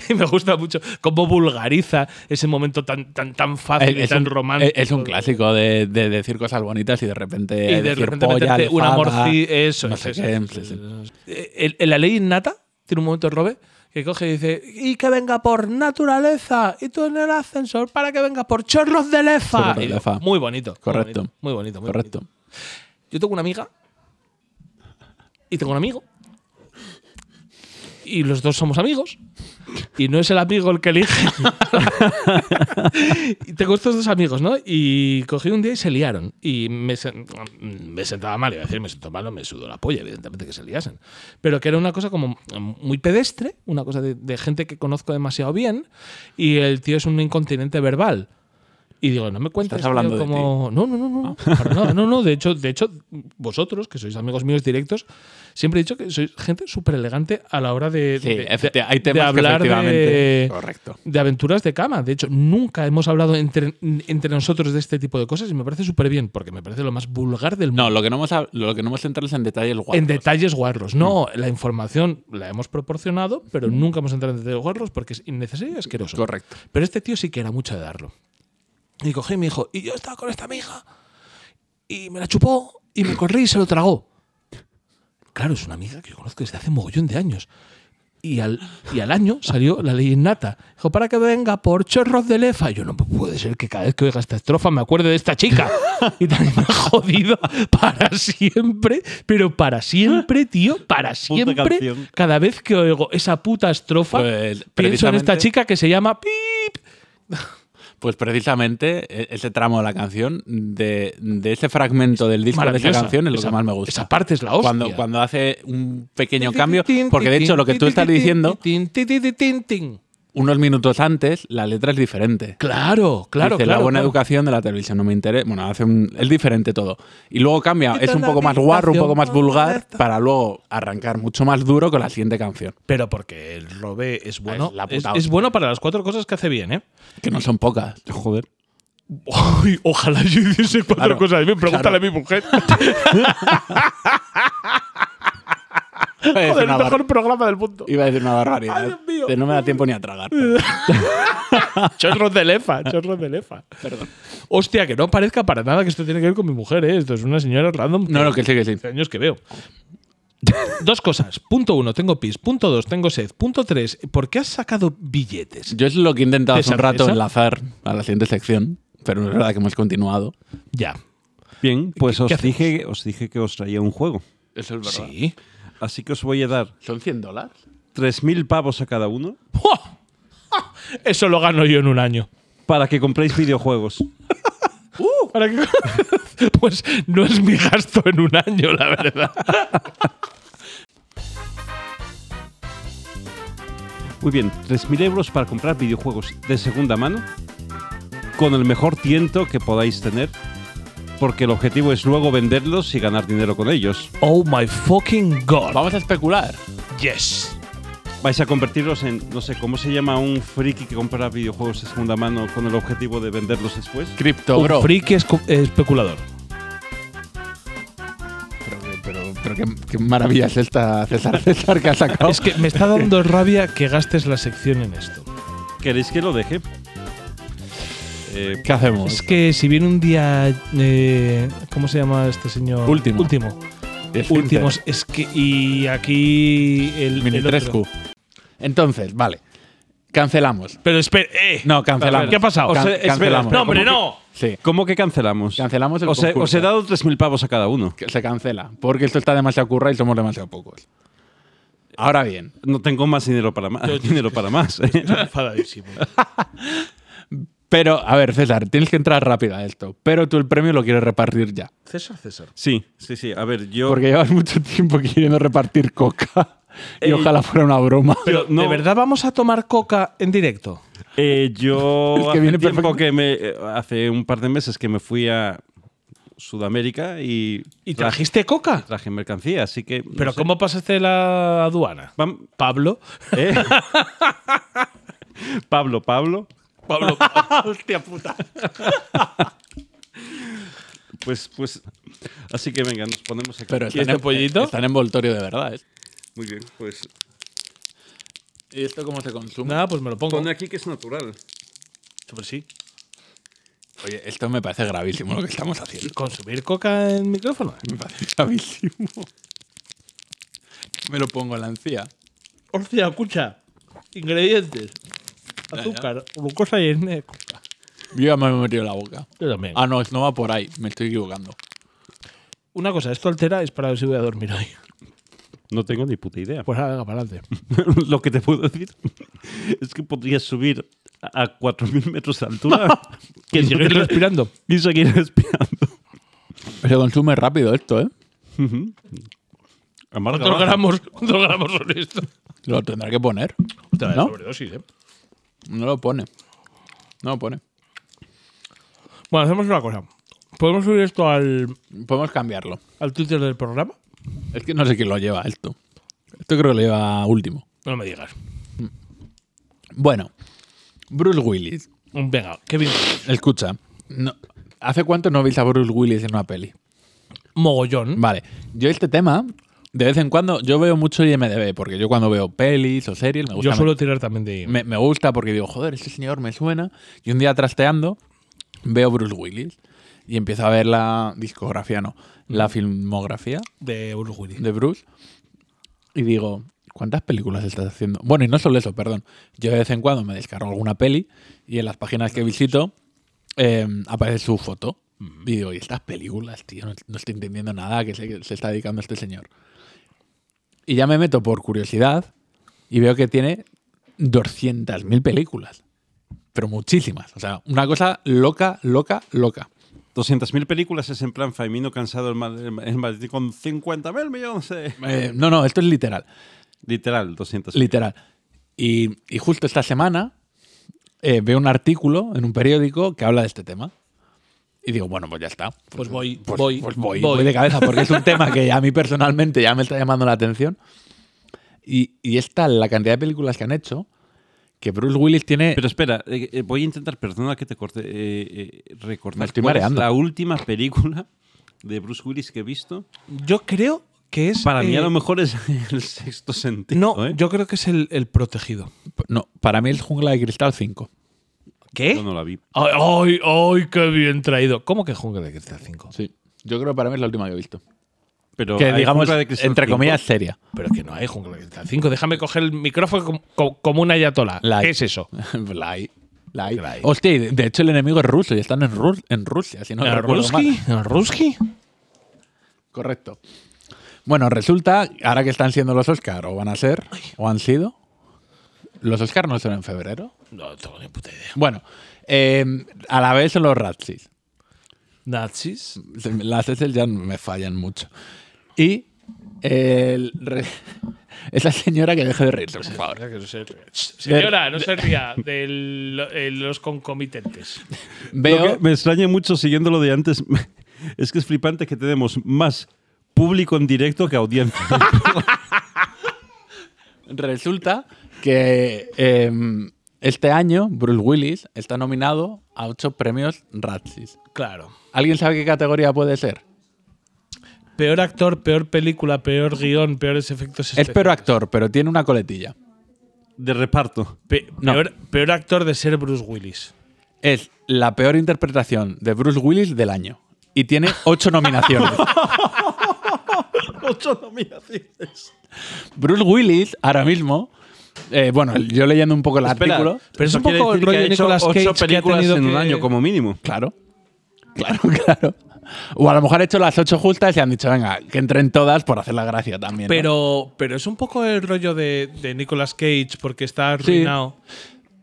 y me gusta mucho cómo vulgariza ese momento tan, tan, tan fácil y tan
un,
romántico.
es un clásico de, de decir cosas bonitas y de repente
Y de
Eh, decir
repente
polla,
meterte una
lefada,
morci, eso,
no
es,
sé
eso,
qué,
eso,
sí, sí.
eso. Eh, El- el- la ley innata tiene un momento Robe que coge y dice y que venga por naturaleza y tú en el ascensor para que venga por chorros de lefa.
Chorros de
Y digo,
lefa.
Muy bonito. muy
Correcto.
bonito, Muy bonito. muy
Correcto.
bonito. Yo tengo una amiga y tengo un amigo y los dos somos amigos y no es el amigo el que elige. y tengo estos dos amigos, ¿no? Y cogí un día y se liaron. Y me, sen- me sentaba mal, iba a decir, me sentó mal, no me sudó la polla, evidentemente que se liasen. Pero que era una cosa como muy pedestre, una cosa de, de gente que conozco demasiado bien, y el tío es un incontinente verbal. Y digo, no me cuentes
Estás hablando
tío,
de Ah.
como no, no, no, no, para nada, no, no, de hecho, de hecho vosotros que sois amigos míos directos, siempre he dicho que sois gente súper elegante a la hora de,
Sí,
de- de-
efecti- hay
de
temas que
hablar de-
efectivamente- Correcto.
de aventuras de cama. De hecho, nunca hemos hablado entre, entre nosotros de este tipo de cosas y me parece súper bien, porque me parece lo más vulgar del mundo.
No, lo que no hemos, hab- lo que no Mm. hemos centrado es en detalle el guapo.
en detalles guarros. No, la información la hemos proporcionado, pero nunca hemos entrado en detalles guarros porque es innecesario y asqueroso.
Mm. Correcto.
Pero este tío sí que era mucho de darlo. Y cogí y me dijo, y yo estaba con esta amiga, y me la chupó, y me corrí y se lo tragó. Claro, es una amiga que yo conozco desde hace mogollón de años. Y al, y al año salió la ley innata. Dijo, para que venga por chorros de lefa. Y Yo no puede ser que cada vez que oiga esta estrofa me acuerde de esta chica. Y también me ha jodido para siempre, pero para siempre, tío, para siempre.
canción.
Cada vez que oigo esa puta estrofa,
Pues,
pienso en esta
precisamente-
chica que se llama Pip.
Pues precisamente e- ese tramo de la canción, de, de ese fragmento del disco de esa
Maravillosa.
canción, es lo
Esa-
que más me gusta.
Esa parte es la hostia.
Cuando, cuando hace un pequeño cambio, porque de hecho lo que tú estás diciendo,
Tin, tin, tin, tin, tin, tin.
unos minutos antes, la letra es diferente.
Claro, claro,
Dice,
claro.
la buena
claro.
educación de la televisión no me interesa. Bueno, hace un- es diferente todo. Y luego cambia,
Quita
es un
la
poco más guarro, un
habitación,
poco más
no
vulgar,
molesta.
para luego arrancar mucho más duro con la siguiente canción.
Pero porque el Robé es bueno.
Ah, Es la puta
Es,
hostia.
es bueno para las cuatro cosas que hace bien, ¿eh?
Que no son pocas.
Joder.
Uy, ojalá yo hiciese cuatro
Claro,
cosas bien. Pregúntale a mi mujer.
Es
Joder, el
una bar-
mejor programa del mundo.
Iba a decir una barbaridad.
Ay, Dios mío.
Que No me da tiempo ni a tragar.
Chorros de lefa, chorros de lefa. Perdón. Hostia, que no parezca para nada que esto tiene que ver con mi mujer, ¿eh? Esto es una señora random.
No, no, que sí, que sí.
hace años que veo. Dos cosas. Punto uno, tengo pis. Punto dos, tengo sed. Punto tres, ¿por qué has sacado billetes?
Yo es lo que he intentado hace un
¿Esa-
rato
esa?
enlazar a la siguiente sección, pero es verdad que hemos continuado.
Ya.
Bien, pues
¿Qué- qué
os dije, os dije que os traía un juego.
Eso es
Sí.
Así que os voy a dar
¿Son 100 dólares?
3.000 pavos a cada uno
¡Buah! ¡Ah! Eso lo gano yo en un año.
para que compréis videojuegos.
¿Para qué? pues no es mi gasto en un año, la verdad.
Muy bien, 3.000 euros para comprar videojuegos de segunda mano con el mejor tiento que podáis tener, porque el objetivo es luego venderlos y ganar dinero con ellos.
Oh my fucking god.
Vamos a especular.
Yes.
Vais a convertirlos en, no sé, ¿cómo se llama un friki que compra videojuegos de segunda mano con el objetivo de venderlos después?
Crypto, bro.
Un friki escu- especulador.
Pero, pero- pero qué, qué maravilla es esta César, César que ha sacado.
Es que me está dando rabia que gastes la sección en esto.
¿Queréis que lo deje? Eh,
¿Qué hacemos?
Es que si viene un día. eh, ¿Cómo se llama este señor?
Último.
Último.
Es
Últimos. Es que. Y aquí. El. el otro.
Minitrescu. Entonces, vale. Cancelamos.
Pero espera. ¡Eh!
No, cancelamos.
¿Qué ha pasado?
Can-
O sea, espera,
cancelamos.
no, hombre,
¿Cómo
no.
que- Sí.
¿Cómo que cancelamos?
Cancelamos el
os he, os
concurso.
he dado 3.000 pavos a cada uno.
que se cancela, porque esto está demasiado curra y somos demasiado pocos. Ahora bien,
No tengo más dinero para más. dinero para más.
Estoy enfadadísimo.
pero a ver, César, tienes que entrar rápido a esto, pero tú el premio lo quieres repartir ya,
César, César.
sí, sí, sí. A ver, yo...
porque llevas mucho tiempo queriendo repartir coca y
Eh,
ojalá fuera una broma.
Pero no-
¿De verdad vamos a tomar coca en directo?
Eh, yo
Es que
hace
viene
tiempo
perfecto.
que me eh, hace un par de meses que me fui a Sudamérica y,
¿Y
tra-
trajiste coca?
traje mercancía, así que no
¿Pero
sé.
cómo pasaste la aduana?
Vam-
Pablo.
eh. Pablo, Pablo,
Pablo. Hostia puta.
pues pues así que venga, nos ponemos aquí.
Pero
¿Y
están
este
en-
pollito?
Están en envoltorio de verdad. ¿eh?
Muy bien, pues
¿Y esto cómo se consume?
Nada, pues me lo pongo.
pone aquí que es natural.
Pero sí.
Oye, esto me parece gravísimo lo que estamos haciendo.
¿Consumir coca en micrófono?
Me parece gravísimo. Me lo pongo en la encía.
Hostia, escucha. Ingredientes. Azúcar, glucosa y N.
Yo ya me he metido en la boca.
Yo también.
Ah, no, no va por ahí. Me estoy equivocando.
Una cosa, esto altera es para ver si voy a dormir hoy.
No tengo ni puta idea.
Pues nada, venga, para adelante.
Lo que te puedo decir es que podrías subir a a 4000 metros de altura que
Y
no
seguir
te-
respirando.
y seguir respirando.
Se consume rápido esto, ¿eh?
Amarga,
¿Cuántos
amarga.
gramos, ¿Cuántos gramos son esto?
Lo tendrá que poner.
¿No?
¿No?
sobredosis, ¿eh?
No lo pone. No lo pone.
Bueno, hacemos una cosa. ¿Podemos subir esto al,
Podemos cambiarlo.
al Twitter del programa?
Es que no sé quién lo lleva esto. Esto creo que lo lleva último.
No me digas.
Bueno, Bruce Willis.
Venga, Kevin.
Escucha. no- ¿Hace cuánto no veis a Bruce Willis en una peli?
Mogollón.
Vale. Yo este tema, de vez en cuando, yo veo mucho IMDB, porque yo cuando veo pelis o series me gusta.
Yo suelo tirar también de...
me, me gusta porque digo, joder, este señor me suena. Y un día trasteando, veo Bruce Willis y empiezo a ver la discografía, no, la filmografía
de Uruguay.
de Bruce. Y digo, ¿cuántas películas estás haciendo? Bueno, y no solo eso, perdón. Yo de vez en cuando me descargo alguna peli y en las páginas que visito eh, aparece su foto. Y digo, ¿y estas películas, tío? No, no estoy entendiendo nada que se, se está dedicando este señor. Y ya me meto por curiosidad y veo que tiene 200.000 películas. Pero muchísimas. O sea, una cosa loca, loca, loca.
200.000 películas es en plan Faimino cansado en Madrid, en Madrid con 50.000 millones de...
Eh, no, no, esto es literal.
Literal, 200.
Literal. Y, y justo esta semana eh, veo un artículo en un periódico que habla de este tema. Y digo, bueno, pues ya está.
Pues voy,
pues-
voy,
pues voy,
voy.
voy de cabeza porque es un tema que a mí personalmente ya me está llamando la atención. Y, y es tal la cantidad de películas que han hecho que Bruce Willis tiene...
Pero espera, eh, eh, voy a intentar, perdona que te corte, eh, eh,
Me
recordar
estoy
cuál es
mareando.
la última película de Bruce Willis que he visto.
Yo creo que es...
Para mí
eh,
a lo mejor es el sexto sentido.
No,
¿eh?
yo creo que es el, el protegido.
no, para mí es Jungla de Cristal 5.
¿Qué?
Yo no la vi.
Ay, ay, ay, qué bien traído. ¿Cómo que Jungla de Cristal 5?
Sí. Yo creo que para mí es la última que he visto.
Pero
que
hay
digamos,
jungla de cristal
entre
cinco.
comillas, seria.
Pero es que no hay jungla de cristal 5. Déjame coger el micrófono com- co- como, una ayatola.
La-
¿Qué es eso?
La hay. La hay.
Que la hay.
Hostia, y de- de hecho el enemigo es ruso y están en, Ru- en Rusia, si no
¿El
recuerdo mal.
Ruski? ¿El Ruski?
Correcto. Bueno, resulta, ahora que están siendo los Oscar, o van a ser, o han sido, los Oscar no son en febrero.
No tengo ni puta idea.
Bueno, eh, a la vez son los Razzies.
¿Nazis?
Se- Las S ya me fallan mucho. Y el re- esa señora que deje de reírse, por favor.
Señora, no se ría de eh, los concomitentes.
Veo,
Lo que me extraña mucho siguiendo lo de antes. Es que es flipante que tenemos más público en directo que audiencia.
Resulta que eh, este año Bruce Willis está nominado a ocho premios Razzies.
Claro.
¿Alguien sabe qué categoría puede ser?
Peor actor, peor película, peor guión, peores efectos
Es peor actor, pero tiene una coletilla.
de reparto.
Pe-
no.
peor, peor actor de ser Bruce Willis.
Es la peor interpretación de Bruce Willis del año. Y tiene ocho nominaciones.
Ocho nominaciones.
Bruce Willis, ahora mismo, eh, bueno, yo leyendo un poco el artículo.
Pero es un poco el rollo Nicolas Cage
ocho
que ha
películas
tenido
en un
que-
año como mínimo.
Claro. Claro, claro. O a lo mejor ha hecho las ocho justas y han dicho, venga, que entren todas por hacer la gracia también. ¿no?
Pero, pero es un poco el rollo de, de Nicolas Cage porque está arruinado.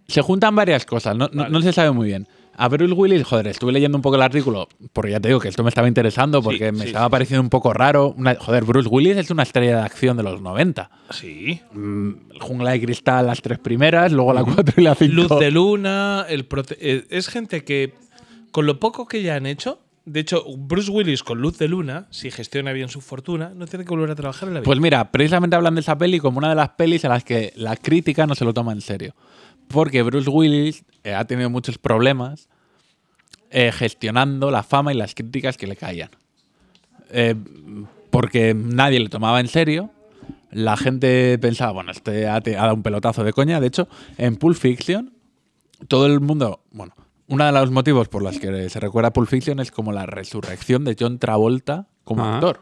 Se juntan varias cosas, no, no- no se sabe muy bien. A Bruce Willis, joder, estuve leyendo un poco el artículo, porque ya te digo que esto me estaba interesando, porque me estaba pareciendo un poco raro. Una- joder, Bruce Willis es una estrella de acción de los 90.
Sí.
El Jungla de Cristal, las tres primeras, luego la cuatro y la cinco.
Luz de luna, el prote- eh, es gente que con lo poco que ya han hecho, de hecho Bruce Willis con Luz de luna, si gestiona bien su fortuna, no tiene que volver a trabajar en la vida.
Pues mira, precisamente hablan de esa peli como una de las pelis a las que la crítica no se lo toma en serio. Porque Bruce Willis eh, ha tenido muchos problemas eh, gestionando la fama y las críticas que le caían. Eh, porque nadie le tomaba en serio. La gente pensaba, bueno, este ha, te- ha dado un pelotazo de coña. De hecho, en Pulp Fiction, todo el mundo, bueno, uno de los motivos por los que se recuerda a Pulp Fiction es como la resurrección de John Travolta como
Ah.
actor.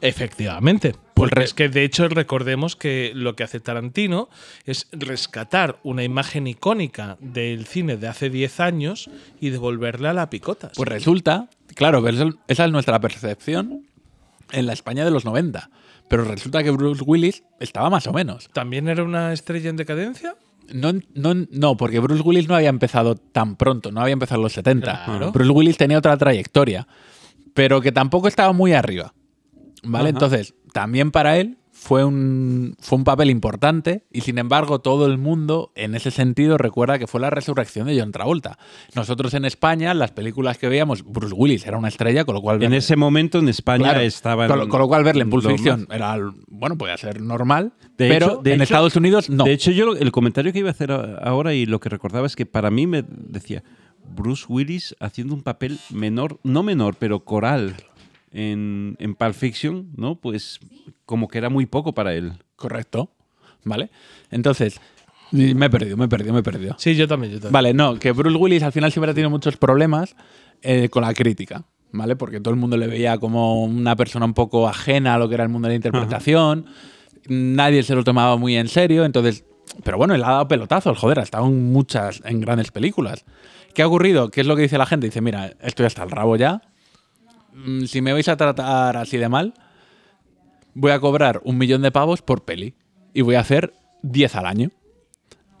Efectivamente. Porque
pues re-
es que de hecho recordemos que lo que hace Tarantino es rescatar una imagen icónica del cine de hace 10 años y devolverla a la picota.
Pues resulta, claro, que eso- esa es nuestra percepción en la España de los 90. Pero resulta que Bruce Willis estaba más o menos.
¿También era una estrella en decadencia?
No, en- no, en- no, porque Bruce Willis no había empezado tan pronto, no había empezado en los 70.
Claro.
Bruce Willis tenía otra trayectoria, pero que tampoco estaba muy arriba. ¿Vale? Entonces, también para él fue un, fue un papel importante y sin embargo todo el mundo en ese sentido recuerda que fue la resurrección de John Travolta. Nosotros en España, las películas que veíamos, Bruce Willis era una estrella, con lo cual...
En
verle-
ese momento en España
claro,
estaba.
con, lo- con lo cual verle en Pulp
lo
Fiction
más-
era, bueno, podía ser normal,
De
pero
hecho- de
en
hecho-
Estados Unidos no.
De hecho, yo lo- el comentario que iba a hacer a- ahora y lo que recordaba es que para mí me decía Bruce Willis haciendo un papel menor, no menor, pero coral en, en Pulp Fiction, ¿no? Pues como que era muy poco para él.
Correcto. ¿Vale? Entonces, y me he perdido, me he perdido, me he perdido.
Sí, yo también, yo también.
Vale, no, que Bruce Willis al final siempre ha tenido muchos problemas eh, con la crítica, ¿vale? Porque todo el mundo le veía como una persona un poco ajena a lo que era el mundo de la interpretación. Nadie se lo tomaba muy en serio, entonces. Pero bueno, él ha dado pelotazos, joder, ha estado en muchas, en grandes películas. ¿Qué ha ocurrido? ¿Qué es lo que dice la gente? Dice, mira, estoy hasta el rabo ya. Mm, Si me vais a tratar así de mal, voy a cobrar un millón de pavos por peli. Y voy a hacer 10 al año.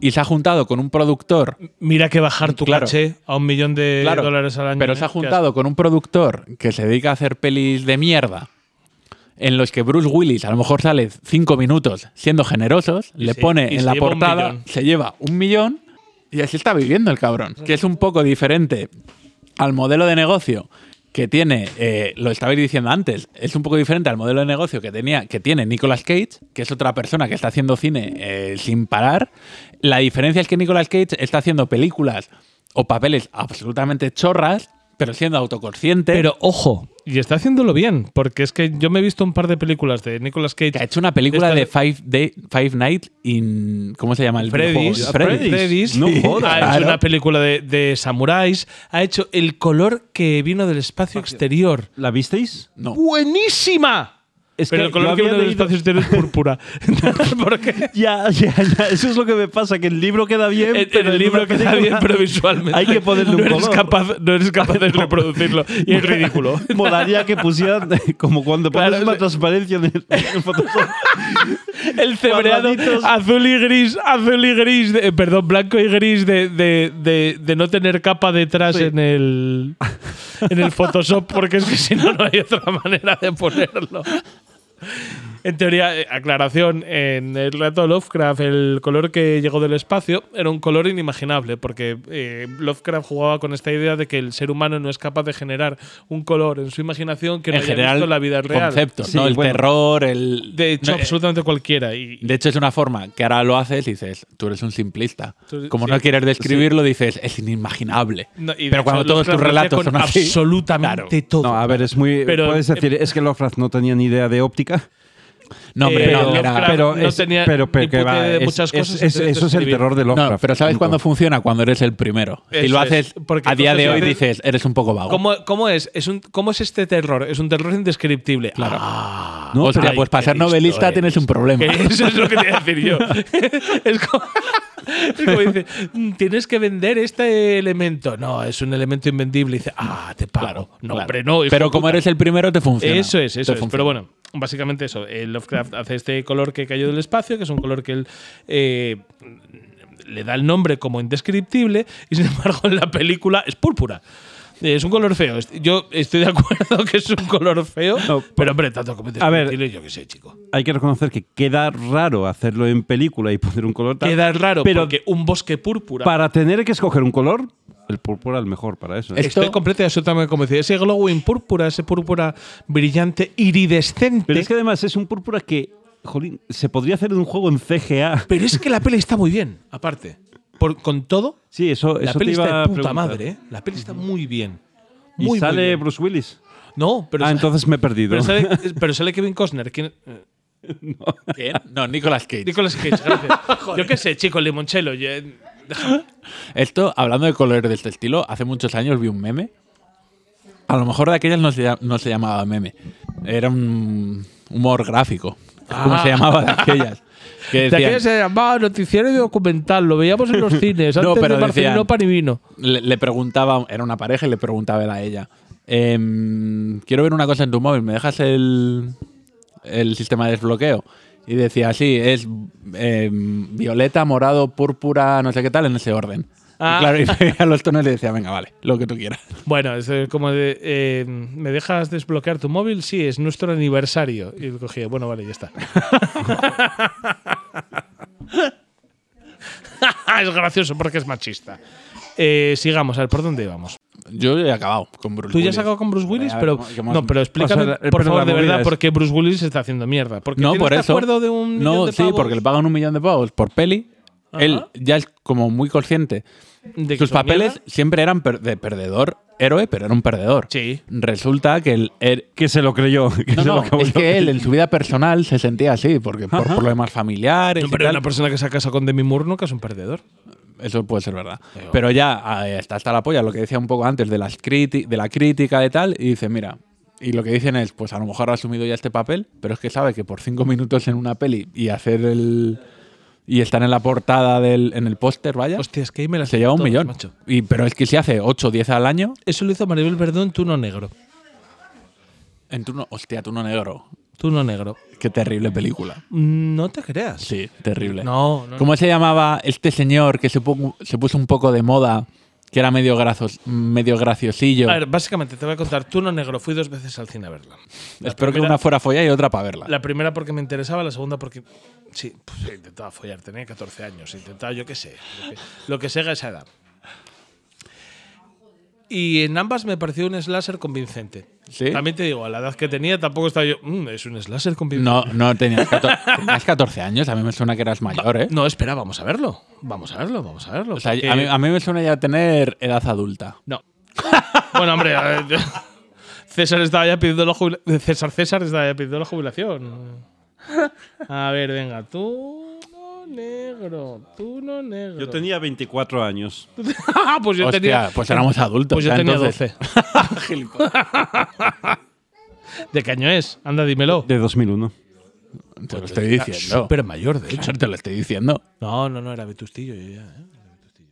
Y se ha juntado con un productor
Mira que bajar tu
Claro.
caché a un millón de
Claro,
dólares al año.
Pero
¿eh?
se ha
Qué
juntado con un productor que se dedica a hacer pelis de mierda, en los que Bruce Willis a lo mejor sale cinco minutos siendo generosos, le
se- y
pone
se
en la
lleva un
portada,
millón.
se lleva un millón y así está viviendo el cabrón. Que es un poco diferente al modelo de negocio que tiene, eh, lo estabais diciendo antes, es un poco diferente al modelo de negocio que, tenía, que tiene Nicolas Cage, que es otra persona que está haciendo cine eh, sin parar. La diferencia es que Nicolas Cage está haciendo películas o papeles absolutamente chorras, pero siendo autoconsciente.
Pero ojo, y está haciéndolo bien, porque es que yo me he visto un par de películas de Nicolas Cage.
que ha hecho una película
Esta-
de Five, Day- Five Nights in... ¿Cómo se llama el
Freddy's,
videojuego?
Freddy's.
Freddy's.
No
Sí.
jodas.
Ha hecho
Claro.
una película de, de samuráis. Ha hecho El color que vino del espacio exterior.
¿La visteis?
No.
¡Buenísima!
Es
Pero
que
el color
yo
que
había
viene del
leído-
espacio exterior es púrpura. ¿Por qué?
Ya, ya, ya. Eso es lo que me pasa, que el libro queda bien,
En- en
pero
el
en
libro
una
queda
película
bien, pero visualmente.
Hay que ponerle
no
un
eres
color.
Capaz, no eres capaz de reproducirlo. Y es ridículo.
Molaría que pusieran eh, como cuando pones
Claro,
una
sí.
transparencia en el, en el Photoshop.
El cebreado
Cuadraditos.
azul y gris, azul y gris, de- eh, perdón, blanco y gris de, de- de- de no tener capa detrás en el en el Photoshop, porque es que si no, no hay otra manera de ponerlo. En teoría, eh, aclaración, en el relato de Lovecraft, el color que llegó del espacio era un color inimaginable, porque eh, Lovecraft jugaba con esta idea de que el ser humano no es capaz de generar un color en su imaginación que no
en
haya
general,
visto en la vida real.
conceptos,
Sí,
¿no? El
bueno.
terror, el.
De hecho,
no, eh,
absolutamente cualquiera. Y,
de hecho, es una forma que ahora lo haces y dices, tú eres un simplista.
Tú-
Como
sí.
no quieres describirlo, dices, es inimaginable.
No, y de
Pero
hecho,
cuando todos tus
Lovecraft lo hacía
relatos
con
son así.
Absolutamente
Claro.
todo.
No, a ver, es muy.
Pero-
puedes decir, es que Lovecraft no tenía ni idea de óptica.
No, hombre,
Eh,
no, era-
Lovecraft
pero
no
es-
tenía
pero, pero
ni
que
puta
va,
idea de
es-
muchas
es-
cosas,
es-
entonces
eso es el
escribir.
terror de Lovecraft.
No, pero ¿sabes
punto.
cuándo funciona? Cuando eres el primero. Si
Eso
lo
es,
haces
porque
a día de hoy,
entonces
dices, eres un poco vago.
¿Cómo, cómo es? Es un, ¿Cómo es este terror? Es un terror indescriptible. Claro.
No,
Hostia,
pero-
pues para ser novelista tienes un problema.
eso es lo que te iba a decir yo. es como. es como dice, "Mm, tienes que vender este elemento. No, es un elemento invendible. Y dice, ah, te pago.
Claro,
no,
claro.
hombre, no. hijo
Pero
de
como
puta.
eres el primero, te funciona.
Eso es,
Te
eso es.
funciona.
Pero bueno, básicamente eso. eh, Lovecraft hace este color que cayó del espacio, que es un color que él eh, le da el nombre como indescriptible, y sin embargo en la película es púrpura. Eh, Es un color feo. Est- Yo estoy de acuerdo que es un color feo,
No, por-
pero hombre, tanto como
A ver.
indescriptible, yo qué sé, chico.
Hay que reconocer que queda raro hacerlo en película y poner un color tal.
Queda raro
pero
porque un bosque púrpura.
Para tener que escoger un color, el púrpura es el mejor para eso. ¿eh?
Es-
Estoy
esto-
completamente absolutamente convencido. Ese glowing púrpura, ese púrpura brillante, iridescente.
Pero es que además es un púrpura que, jolín, se podría hacer en un juego en CGA.
pero es que la peli está muy bien, aparte. Por, con todo,
Sí, eso,
La
eso
peli
te iba
está
a
de puta
preguntar.
madre, ¿eh? La peli está muy bien.
Y
Muy, muy
sale
bien.
Bruce Willis.
No, pero,
ah, entonces me he perdido.
pero, sale, pero sale Kevin Costner. ¿Quién? Eh,
¿Quién? No, Nicolas Cage.
Nicolas Cage, gracias. yo qué sé, chico, el limonchelo. yo-
Esto, hablando de colores de este estilo, hace muchos años vi un meme. A lo mejor de aquellas no se, llam- no se llamaba meme. Era un humor gráfico. Es como
Ah.
se llamaba de aquellas. Que
De
decían,
aquella se llamaba noticiero y documental, lo veíamos en los cines,
No,
antes
pero
de
decían-
Marcelino Panivino.
le, le preguntaba, era una pareja y le preguntaba él a ella, "Em, quiero ver una cosa en tu móvil, ¿me dejas el, el sistema de desbloqueo? Y decía, sí, es em, violeta, morado, púrpura, no sé qué tal, en ese orden.
Ah.
Y claro, y veía los tonos y le decía, venga, vale, lo que tú quieras.
Bueno, es eh, como de, eh, ¿me dejas desbloquear tu móvil? Sí, es nuestro aniversario. Y cogí, bueno, vale, ya está. es gracioso porque es machista. Eh, sigamos, a ver, ¿por dónde íbamos?
Yo ya he acabado con Bruce
Tú ya
Willis. Eh,
has acabado con Bruce Willis,
Vaya,
pero
que hemos-
no, pero explícame
o sea, la-
por
pero
favor
la
de
movida
verdad
es-
por qué Bruce Willis se está haciendo mierda. Porque
no,
¿tienes
por
de
eso.
acuerdo de un
no,
millón de
sí,
pavos?
porque le pagan un millón de pavos por peli. Él ya es como muy consciente.
De que
Sus
son
papeles
mierda.
siempre eran per- de perdedor, héroe, pero era un perdedor.
Sí.
Resulta que el, her-
que se lo creyó. que
No,
se lo
no,
acabó
eh,
es
yo.
que él en su vida personal se sentía así, porque por problemas familiares. y
Pero
tal,
una persona que se ha casado con Demi Moore nunca es un perdedor.
eso puede ser verdad. Pero ya eh, está hasta la polla, lo que decía un poco antes de, las criti- de la crítica de tal, y dice, mira, y lo que dicen es, pues a lo mejor ha asumido ya este papel, pero es que sabe que por cinco minutos en una peli y hacer el... y estar en la portada del... en el póster, vaya,
Hostia, es que ahí me la
se lleva un
todas,
millón.
macho.
Y, pero es que si hace 8 o 10 al año,
Eso lo hizo Maribel Verdú en Tuno Negro.
en turno... Hostia, turno negro.
Tuno Negro.
Qué terrible película.
No te creas.
Sí, terrible.
No, no.
¿Cómo se llamaba este señor que se, pu- se puso un poco de moda, que era medio, grazos, medio graciosillo?
A ver, básicamente te voy a contar Tuno Negro. Fui dos veces al cine a verla. La
Espero que
primera-
una fuera folla y otra para verla.
La primera porque me interesaba, la segunda porque. Sí, pues, intentaba follar, tenía 14 años, intentaba, yo qué sé, lo que, lo que se haga a esa edad. Y en ambas me pareció un slasher convincente.
¿Sí?
También te digo, a la edad que tenía tampoco estaba yo. "Mm, es un slasher convincente.
No, no tenías, 14, tenías 14 años, a mí me suena que eras mayor, ¿eh?
No, espera, vamos a verlo. Vamos a verlo, vamos a verlo.
O sea,
porque-
a, mí, a mí me suena ya tener edad adulta.
No. bueno, hombre, a ver, César estaba ya pidiendo la jubilación. César César estaba ya pidiendo la jubilación. A ver, venga, tú no negro, tú no negro.
Yo tenía 24 años.
Ah, pues yo
Hostia,
tenía
pues éramos adultos.
pues yo
ya,
tenía
entonces.
12. ¿De qué año es? Anda, dímelo.
De 2001.
Te lo estoy diciendo.
Súper mayor, de hecho.
Claro, Te lo estoy diciendo.
No, no, no, era vetustillo yo ya, ¿eh? Era vetustillo.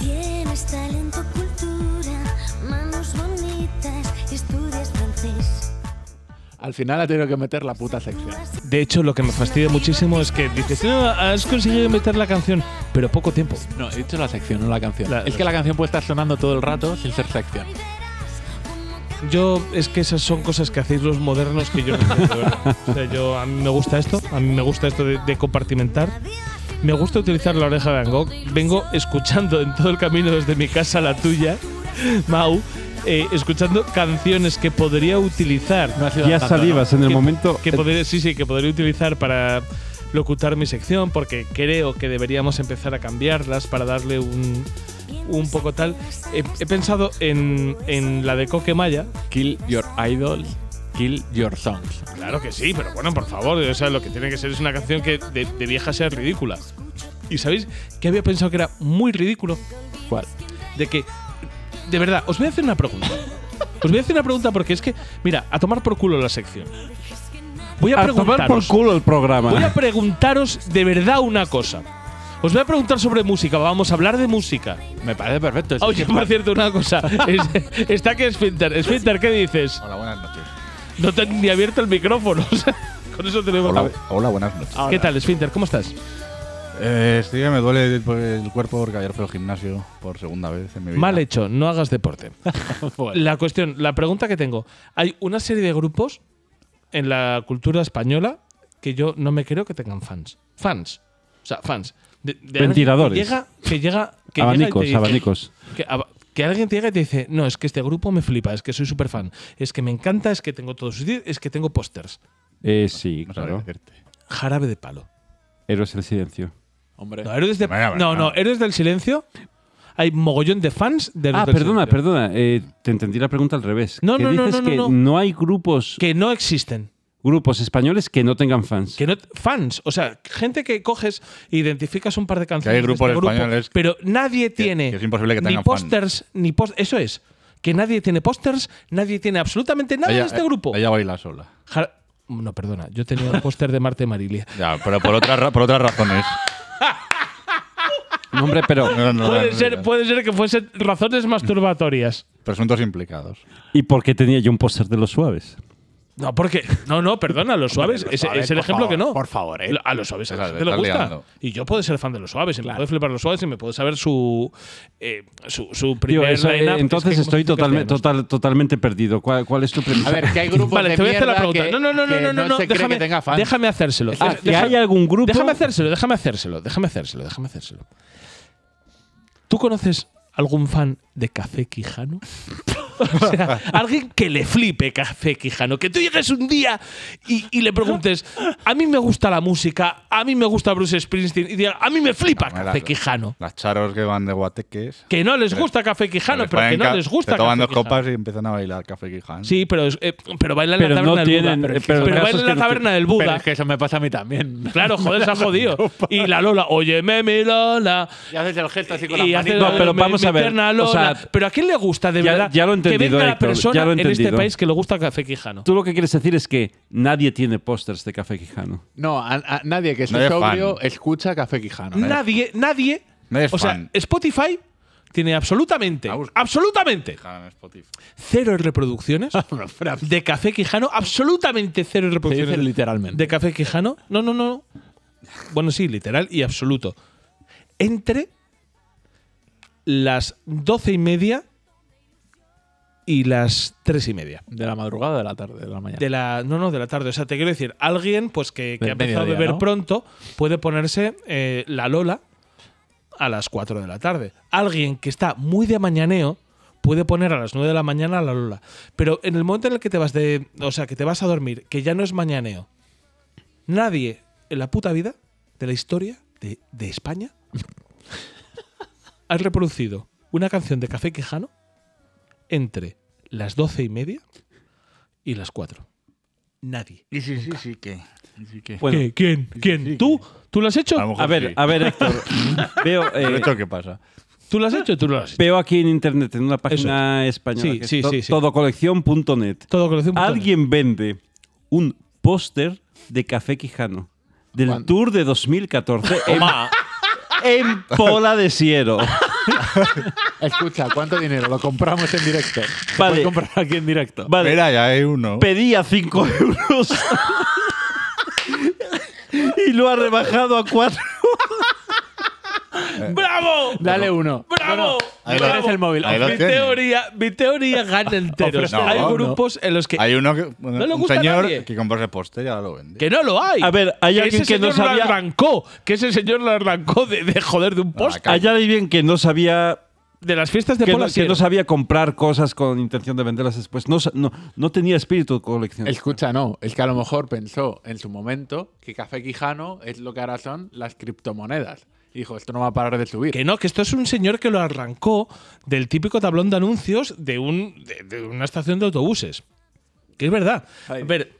Tienes talento, cultura, manos bonitas y estudias francés.
Al final ha tenido que meter la puta sección.
De hecho, lo que me fastidia muchísimo es que dices, no, has conseguido meter la canción, pero poco tiempo.
No, he dicho la sección, no la canción.
La-
es que la canción puede estar sonando todo el rato sin ser sección.
Yo, es que esas son cosas que hacéis los modernos que yo no entiendo, de verdad. O sea, yo, a mí me gusta esto, a mí me gusta esto de, de compartimentar. Me gusta utilizar la oreja de Van Gogh. Vengo escuchando en todo el camino desde mi casa a la tuya, Mau, eh, escuchando canciones que podría utilizar.
Ya salivas en el
Que-
momento.
que podré- sí, sí, que podría utilizar para locutar mi sección, porque creo que deberíamos empezar a cambiarlas para darle un, un poco tal. He, he pensado en, en la de Coque Maya.
Kill your idols, kill your songs.
Claro que sí, pero bueno, por favor, o sea, lo que tiene que ser es una canción que de, de vieja sea ridícula. ¿Y sabéis que había pensado que era muy ridículo?
¿Cuál?
De que, de verdad, os voy a hacer una pregunta. Os voy a hacer una pregunta porque es que, mira, a tomar por culo la sección. Voy a,
A tomar por
preguntaros.
culo el programa.
Voy a preguntaros de verdad una cosa. Os voy a preguntar sobre música, vamos a hablar de música.
Me parece perfecto. es
Oye,
que-
por cierto, una cosa. Es- está que Sfinter. Sfinter, ¿qué dices?
Hola, buenas noches.
No te han ni abierto el micrófono. o sea, Con eso te lo digo
Hola,
todo.
hola, buenas noches.
¿Qué tal, Sfinter? ¿Cómo estás?
Eh, estoy que me duele el, el cuerpo porque ayer fui al gimnasio por segunda vez en mi vida.
Mal hecho, no hagas deporte.
Joder.
La cuestión, la pregunta que tengo. Hay una serie de grupos en la cultura española que yo no me creo que tengan fans. Fans. O sea, fans. De- de-
Ventiladores.
Que llega, que llega, que llega y te
abanicos,
dice-
abanicos.
Que, ab- que alguien te llega y te dice, no, es que este grupo me flipa, es que soy súper fan, es que me encanta, es que tengo todos sus discos, es que tengo pósters.
Eh, sí,
No sabría
claro.
decirte.
Jarabe de palo.
Héroes del silencio.
Hombre.
No, héroes, de-
Venga,
no,
venga.
no, héroes del silencio. Hay mogollón de fans de Héroes
Ah,
del
perdona,
Silencio.
perdona. eh, te entendí la pregunta al revés.
No,
Que
no, no,
dices
no, no,
que
no.
hay grupos,
Que no existen.
grupos españoles que no tengan fans.
Que no, fans, o sea, gente que coges, identificas un par de canciones. de
grupos
este grupo,
españoles
pero nadie tiene
que es imposible que
ni
tengan fans.
pósters, ni pos- Eso es. Que nadie tiene pósters, nadie tiene absolutamente nada de este grupo.
Ella baila sola.
Jar- no, perdona, yo tenía un póster de Marte Marilia.
Ya, pero por, otras ra- por otras razones.
No, hombre, pero.
No, no,
Puede
no,
ser,
no.
puede ser que fuesen razones masturbatorias.
Presuntos implicados.
¿Y por qué tenía yo un póster de los suaves?
No, porque. No, no, perdona, los suaves. es, es el ejemplo que no.
Por favor, eh.
A los suaves a la
Claro,
gente le
estás
gusta.
liando.
Y yo puedo ser fan de los suaves, y me puede flipar los suaves y me puedo saber su. eh, su, su
Tío,
primer
eso, eh,
line-up, es
entonces
que como
estoy
se dice en
totalmente,
castellano.
total, totalmente perdido. ¿Cuál, cuál es tu premisa?
A ver, que hay grupos
Vale,
Pues de
te voy a hacer la
mierda
pregunta.
que-
no, no, no, no,
que
no, no,
se cree
déjame,
que tenga fans.
déjame hacérselo.
Ah,
Deja-
que hay algún grupo.
Déjame hacérselo, déjame hacérselo, déjame hacérselo, déjame hacérselo. ¿Tú conoces algún fan de Café Quijano? o sea, alguien que le flipe Café Quijano. Que tú llegues un día y, y le preguntes, a mí me gusta la música, a mí me gusta Bruce Springsteen, y diga, a mí me flipa
Hombre,
Café
las-
Quijano.
Las charos que van de guateques.
Que no les gusta Café Quijano, pero que no les gusta
Te toman
Café
dos
Quijano.
copas y empiezan a bailar café quijano.
Sí, pero, es- eh, pero baila en
Pero
la
no
taberna del
tienen-
Buda.
eh, pero el
baila
caso es
en
que
la
no
taberna del
Pero
Buda.
es que eso me pasa a mí también.
Claro, joder, se ha jodido. Y la Lola, óyeme mi Lola.
Y haces el gesto así con
Y
las
hace
manitas.
No, pero
mi-
vamos
mi
a ver,
tierna
o
Lola.
sea,
pero ¿a quién le gusta de
ya-
verdad
ya lo he entendido,
que venga la
Héctor,
persona
ya lo he
en este
entendido.
país que le gusta Café Quijano?
Tú lo que quieres decir es que nadie tiene pósters de Café Quijano.
No, a, a nadie que
No
sea
eres
sobrio
fan.
escucha Café Quijano. ¿eh?
Nadie, nadie.
No eres
o sea,
fan.
Spotify tiene absolutamente,
Ah, busca-
absolutamente
Quijano en Spotify.
cero reproducciones de Café Quijano, absolutamente cero
Se dice
reproducciones
literalmente.
de Café Quijano. No, no, no. Bueno, sí, literal y absoluto. Entre las doce y media y las tres y media.
De la madrugada, de la tarde, de la mañana.
De la, no, no, de la tarde. O sea, te quiero decir, alguien pues que, que
De
ha empezado a
mediodía,
beber
¿no?
pronto puede ponerse eh, la Lola a las 4 de la tarde. Alguien que está muy de mañaneo puede poner a las 9 de la mañana la Lola. Pero en el momento en el que te vas de. O sea, que te vas a dormir, que ya no es mañaneo, nadie en la puta vida de la historia de, de España ha reproducido una canción de Café Quejano entre las doce y media y las cuatro. Nadie.
Y sí, sí, sí, que.
Bueno,
¿Qué? ¿Quién? ¿Quién?
sí,
¿Tú? ¿Tú lo has hecho?
A lo mejor
a ver,
sí.
a ver, Héctor. veo, eh,
Pero esto qué pasa.
¿Tú lo has hecho? Tú lo has hecho.
veo aquí en internet, en una página española,
Sí,
que es
sí,
to-
sí, sí.
todocolección.net.
Todo colección.
Alguien vende un póster de Café Quijano del Tour de 2014 en, en Pola de Siero.
Escucha, ¿cuánto dinero? Lo compramos en directo. Se
Vale.
puede comprar aquí en directo.
Vale,
Mira, ya hay uno.
pedía 5 euros y lo ha rebajado a 4.
¡Bravo!
Dale uno.
¡Bravo!
Ahí lo-
¡Bravo!
el móvil.
Ahí lo
mi,
tiene.
teoría, mi teoría gana enteros.
No,
hay
no.
grupos en los que.
Hay uno que.
le
un
gusta a
señor
nadie.
que compra ese póster y ahora lo vende.
Que no lo hay.
A ver, hay
Que
alguien
ese
que no
señor lo
sabía-
arrancó. Que ese señor lo arrancó de, de joder de un post.
calle.
Allá de bien que no sabía
De las fiestas de
que no,
Pola
que no sabía comprar cosas con intención de venderlas después. No, sa- no, no tenía espíritu de colección.
Escucha, no. Es que a lo mejor pensó en su momento que Café Quijano es lo que ahora son las criptomonedas. Y dijo, esto no va a parar de subir.
Que no, que esto es un señor que lo arrancó del típico tablón de anuncios de, un, de, de una estación de autobuses. Que es verdad. A ver,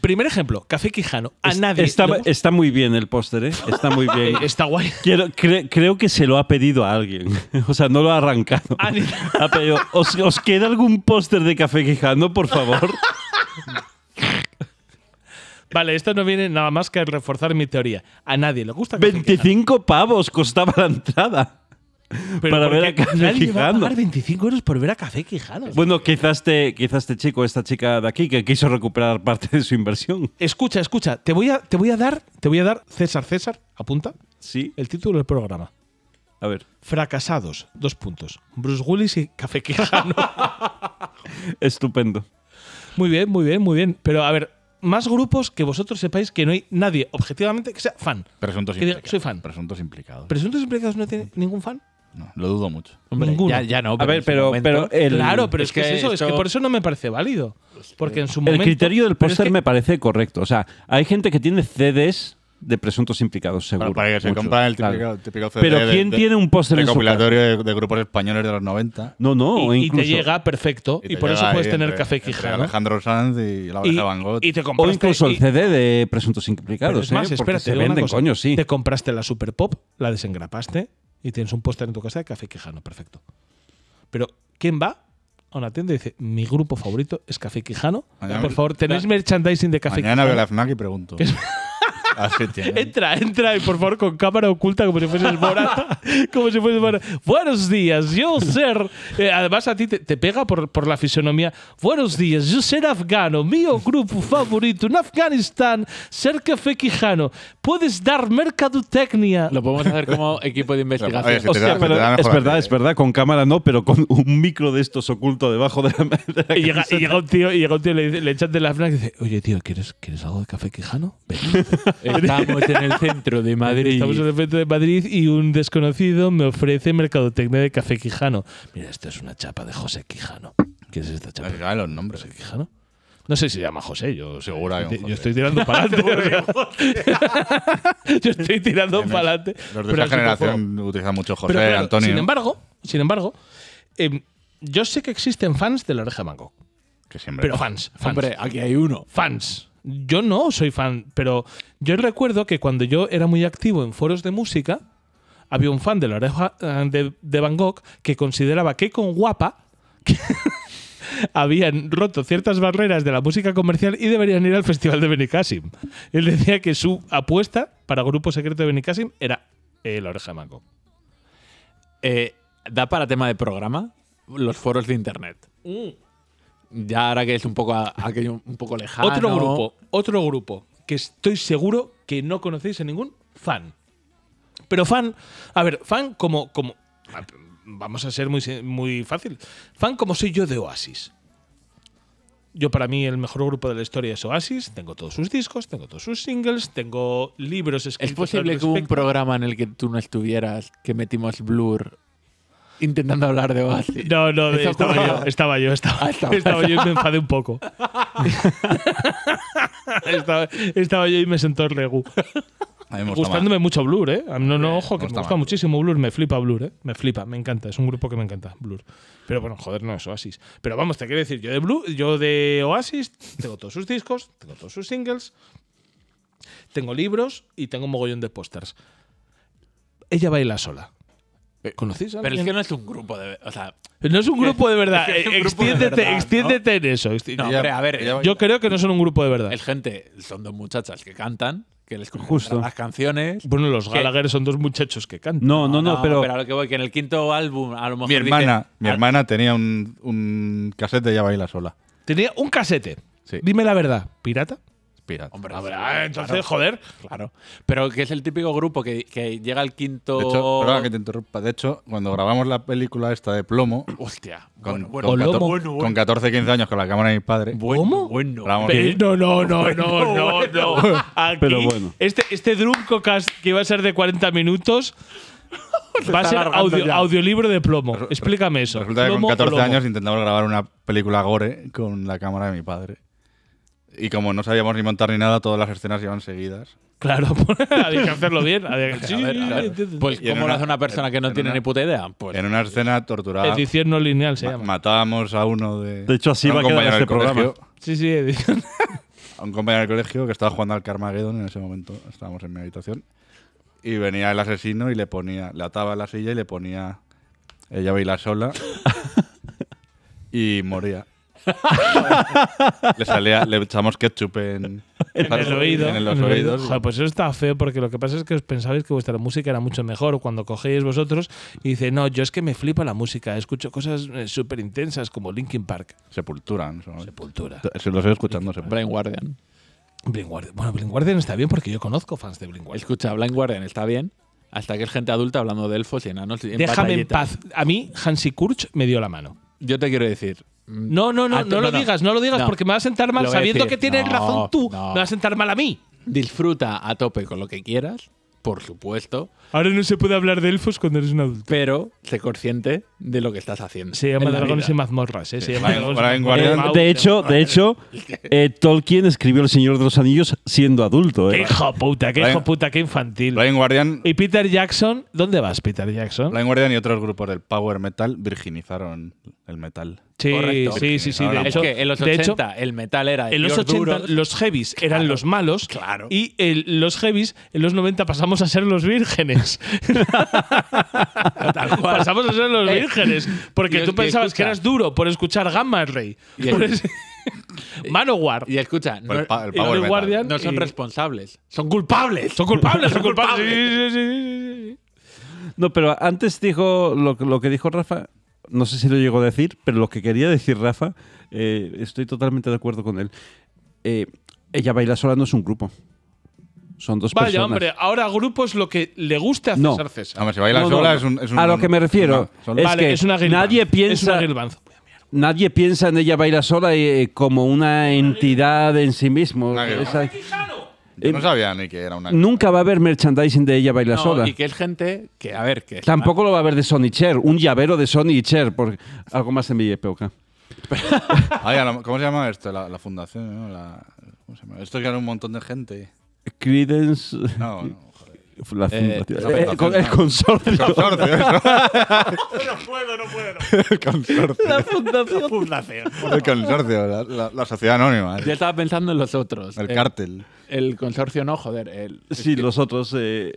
primer ejemplo, Café Quijano. A
Es-
nadie.
está,
le gusta-
está muy bien el póster, ¿eh? Está muy bien.
está guay.
Quiero- cre- creo que se lo ha pedido a alguien. O sea, no lo ha arrancado.
Ah, ni-
Ha pedido, ¿os, os queda algún póster de Café Quijano, por favor?
Vale, esto no viene nada más que a reforzar mi teoría. A nadie le gusta Café Quijano.
25 pavos costaba la entrada.
Pero
para ver
porque
a Café
nadie va a
Quijano.
pagar 25 euros por ver a Café Quijano.
Bueno, quizás este, quizás este chico, esta chica de aquí, que quiso recuperar parte de su inversión.
Escucha, escucha, te voy a, te voy a dar, te voy a dar, César, César, apunta
Sí,
el título del programa.
a ver.
Fracasados, dos puntos. Bruce Willis y Café Quijano.
Estupendo.
muy bien, muy bien, muy bien. Pero a ver, más grupos que vosotros sepáis que no hay nadie objetivamente que sea fan.
Presuntos
Que diga,
implicados.
soy fan.
Presuntos implicados.
¿Presuntos implicados no tiene ningún fan?
No, lo dudo mucho.
Ninguno.
Ya, ya no.
A ver,
en su
pero,
momento-
pero el,
claro, pero es,
es
que,
que
es eso, es que
esto-
por eso no me parece válido. Porque en su
el
momento.
criterio del
pero es
póster
que-
me parece correcto. O sea, hay gente que tiene CDs de presuntos implicados,
Para,
seguro.
para que se
muchos,
compran el
claro.
típico, típico CD
Pero
de-
¿quién
de-
tiene un póster en su casa?
recopilatorio de, de grupos españoles de los 90.
No, no,
y, y
incluso,
te llega perfecto. Y,
te
por eso
llega
puedes
ahí
tener
entre-
Café
entre
Quijano.
Alejandro Sanz y la oreja de Van Gogh.
Y, y te
o
compraste-
incluso el
y-
CD de presuntos implicados.
Pero es más,
¿eh? Porque
espera,
se venden, coño, sí.
Te compraste la Super Pop, la desengrapaste y tienes un póster en tu casa de Café Quijano, perfecto. Pero, ¿quién va a una tienda y dice, mi grupo favorito es Café Quijano?
Mañana-
Por favor, ¿tenéis merchandising de Café
Mañana veo la
Quijano?
FNAC y pregunto. Así tiene.
Entra, entra y por favor con cámara oculta como si fueses Borat. como si fueses Borat. Buenos días, yo ser. Eh, además a ti te, te pega por, por la fisonomía. Buenos días, yo ser afgano. Mi grupo favorito en Afganistán, ser café quijano. Puedes dar mercadotecnia.
Lo podemos hacer como equipo de investigación.
Oye, si te
Hostia,
da- si
pero
te da
es
mejor
verdad,
la-
es verdad, con cámara no, pero con un micro de estos oculto debajo de la, de la
Y llega, y
camiseta.
llega un tío, y llega un tío le, dice- le echan de la FNAC y dice, oye tío, ¿quieres, ¿quieres algo de café quijano? Ven".
Estamos en el centro de Madrid.
Estamos en el frente de Madrid y un desconocido me ofrece mercadotecnia de café quijano. Mira, esto es una chapa de José Quijano. ¿Qué es esta chapa?
Ah, que saben los nombres.
José Quijano. No sé si se llama José, yo seguro.
hay un
Yo
José.
estoy tirando para adelante. yo estoy tirando para adelante.
Los de esa generación utilizan mucho José,
Pero claro,
Antonio.
Sin embargo, sin embargo em, yo sé que existen fans de la oreja de Van Gogh,
que siempre.
Pero fans, fans.
Hombre, aquí hay uno.
fans. Yo no soy fan, pero yo recuerdo que cuando yo era muy activo en foros de música, había un fan de la oreja eh, de, de Van Gogh que consideraba que con guapa que habían roto ciertas barreras de la música comercial y deberían ir al Festival de Benicassim. Él decía que su apuesta para Grupo Secreto de Benicassim era eh, la oreja de Van Gogh.
Eh, da para tema de programa los foros de internet. Ya ahora que es un poco a- aquello un poco lejano.
otro grupo, otro grupo que estoy seguro que no conocéis a ningún fan. Pero fan, a ver, fan como como vamos a ser muy se- muy fácil. Fan como soy yo de Oasis. Yo para mí el mejor grupo de la historia es Oasis, tengo todos sus discos, tengo todos sus singles, tengo libros escritos.
¿Es
al
posible que hubo un
respecto.
programa en el que tú no estuvieras, que metimos Blur intentando hablar de Oasis?
No, no,
Eso
estaba
ocurrió.
yo, estaba yo,
Ah,
estaba, estaba yo y me enfadé un poco. estaba, estaba yo y me sentó el regu.
A mí me gusta más.
Gustándome mucho Blur, ¿eh? A mí No, no, ojo, que
me
me
gusta
gusta
más.
muchísimo Blur, me flipa Blur, ¿eh? Me flipa, me encanta, es un grupo que me encanta, Blur. Pero bueno, joder, no es Oasis. Pero vamos, te quiero decir, yo de Blur, yo de Oasis tengo todos sus discos, tengo todos sus singles, tengo libros y tengo un mogollón de pósters. Ella baila sola.
Eh,
¿Conocéis a
Pero es
alguien?
que no es un grupo de. O sea,
no es un grupo de verdad. eh,
es que es un grupo de
extiéndete
verdad, ¿no?
extiéndete en eso. exti-
no, hombre, a ver,
Yo creo que no son un grupo de verdad.
el gente son dos muchachas que cantan, que les
Justo.
gustan las canciones. Ah,
Bueno, los Gallagher son dos muchachos que cantan.
No, no, no, pero, eh,
a lo que voy, que en el quinto álbum, a lo mejor. ah,
Mi
dicen-
hermana, mi
a-
hermana tenía un, un cassette de Ya baila sola.
Tenía un casete.
Sí.
Dime la verdad, pirata.
Pirata.
Hombre,
A ver,
sí,
ah, entonces,
claro,
joder.
Claro. Pero que es el típico grupo que, que llega al quinto.
De hecho, perdona que te interrumpa. De hecho, cuando grabamos la película esta de plomo,
Hostia.
con,
Bueno, bueno,
con
o lomo.
14,
Bueno, bueno.
con 14, 15 años, con la cámara de mi padre,
bueno,
¿Cómo?
bueno.
grabamos-
Pe- No, no, no, no, no, no. Aquí,
Pero bueno.
Este, este Druncocast que iba a ser de 40 minutos va a ser
alargando
audio-
ya.
audiolibro de plomo. Explícame eso.
resulta que con
Plomo o
14
lomo.
años intentamos grabar una película gore con la cámara de mi padre. Y como no sabíamos ni montar ni nada, todas las escenas iban seguidas.
Claro, pues, había que hacerlo bien. había que- sí,
A ver, a ver.
entiendo.
Pues,
Y en
¿cómo lo
una-
hace una persona que no
en
tiene
una-
ni puta idea? Pues.
En una escena torturada,
Edición no lineal se
ah. ma-
llama.
matábamos a uno de.
De hecho, así
a un
va a quedar
compañero
este
del colegio-
programa.
Sí, sí, edición.
a un compañero del colegio que estaba jugando al Carmageddon en ese momento. Estábamos en mi habitación. Y venía el asesino y le ponía, le ataba a la silla y le ponía ella baila sola. y moría. le salía, le echamos ketchup en,
En el oído.
En los oídos.
Joder, pues eso está feo porque lo que pasa es que os pensabais que vuestra música era mucho mejor cuando cogéis vosotros y dice, no, yo es que me flipa la música, escucho cosas súper intensas como Linkin Park.
Sepultura. en ese momento.
Sepultura.
Se lo estoy escuchando. Sepultura.
Blind Guardian.
Blind Guardian. Bueno, Blind Guardian está bien porque yo conozco fans de Blind Guardian.
pues, Escucha, Blind Guardian está bien. Hasta que es gente adulta hablando de elfos y enanos. y
Déjame en
batallitas.
paz. A mí, Hansi Kurch me dio la mano.
Yo te quiero decir. mm,
No, no, no,
Ah,
no, lo digas, no lo digas
No.
porque me vas a sentar mal
Lo voy a
sabiendo
decir.
que tienes
No,
razón tú.
no.
Me vas a sentar mal a mí.
Disfruta a tope con lo que quieras, por supuesto,
Ahora no se puede hablar de elfos cuando eres un adulto.
pero sé consciente de lo que estás haciendo.
Se llama
en la
Dragones
vida.
y mazmorras, ¿eh? Se llama
Blind-
Dragones
Blind
y
Guardian-
mazmorras.
de hecho, de hecho, eh, Tolkien escribió El Señor de los Anillos siendo adulto.
Qué
¿eh?
hijo puta, qué hijo
Blind-
puta, qué infantil.
Blind Guardian,
Y Peter Jackson, ¿dónde vas, Peter Jackson?
Blind Guardian y otros grupos del power metal virginizaron el metal.
Sí,
Correcto.
sí, sí, sí. De
Ahora,
Es
hecho,
que en los
de hecho,
80 el metal era de
en los
tíos
80
duros.
los heavies eran los malos
claro.
y el- los heavies en los 90 pasamos a ser los vírgenes. pasamos a ser los
Eh,
vírgenes porque
y es-
tú
y
pensabas
escucha.
que eras duro por escuchar Gamma Ray.
Y
por
es-
ese- Manowar.
Y escucha, no,
el Pues pa- el
y los
power
de
metal.
Guardian no son
y-
responsables, son culpables.
Son culpables, son culpables. Sí, sí, sí, sí, sí.
No, pero antes dijo lo, que- lo que dijo Rafa, no sé si lo llegó a decir, pero lo que quería decir Rafa, eh, estoy totalmente de acuerdo con él. Eh, ella baila sola no es un grupo. Son dos
Vaya,
personas.
hombre, ahora grupo es lo que le guste a
No.
César César.
Hombre, si bailan
No, no,
sola
no.
es un, es
A
un-
lo que me refiero
una- son-
es
vale,
que
es una girl
nadie
band. Es
piensa-
una girl band.
Nadie piensa en ella baila sola eh, como una entidad en sí mismo.
Una guerra.
Esa- eh,
Yo no sabía ni que era una.
nunca va a haber merchandising de ella baila
No,
sola.
y que es gente que, a ver, que
Tampoco lo va a haber de Sony Cher, un llavero de Sony Cher, porque algo más en mi época.
Ay, a la- ¿Cómo se llama esto? La, la fundación, ¿no? La- ¿cómo se llama? Esto que era un montón de gente.
Credence,
No, no, joder.
la
Eh,
fundación.
la
Eh,
fundación,
con- el
no.
consorcio.
Consorcio, eso.
La fundación.
El consorcio, la, la- la sociedad anónima.
yo
El,
estaba pensando en los otros.
el
Eh,
cártel.
el consorcio no, joder, el-
Sí, los otros. eh,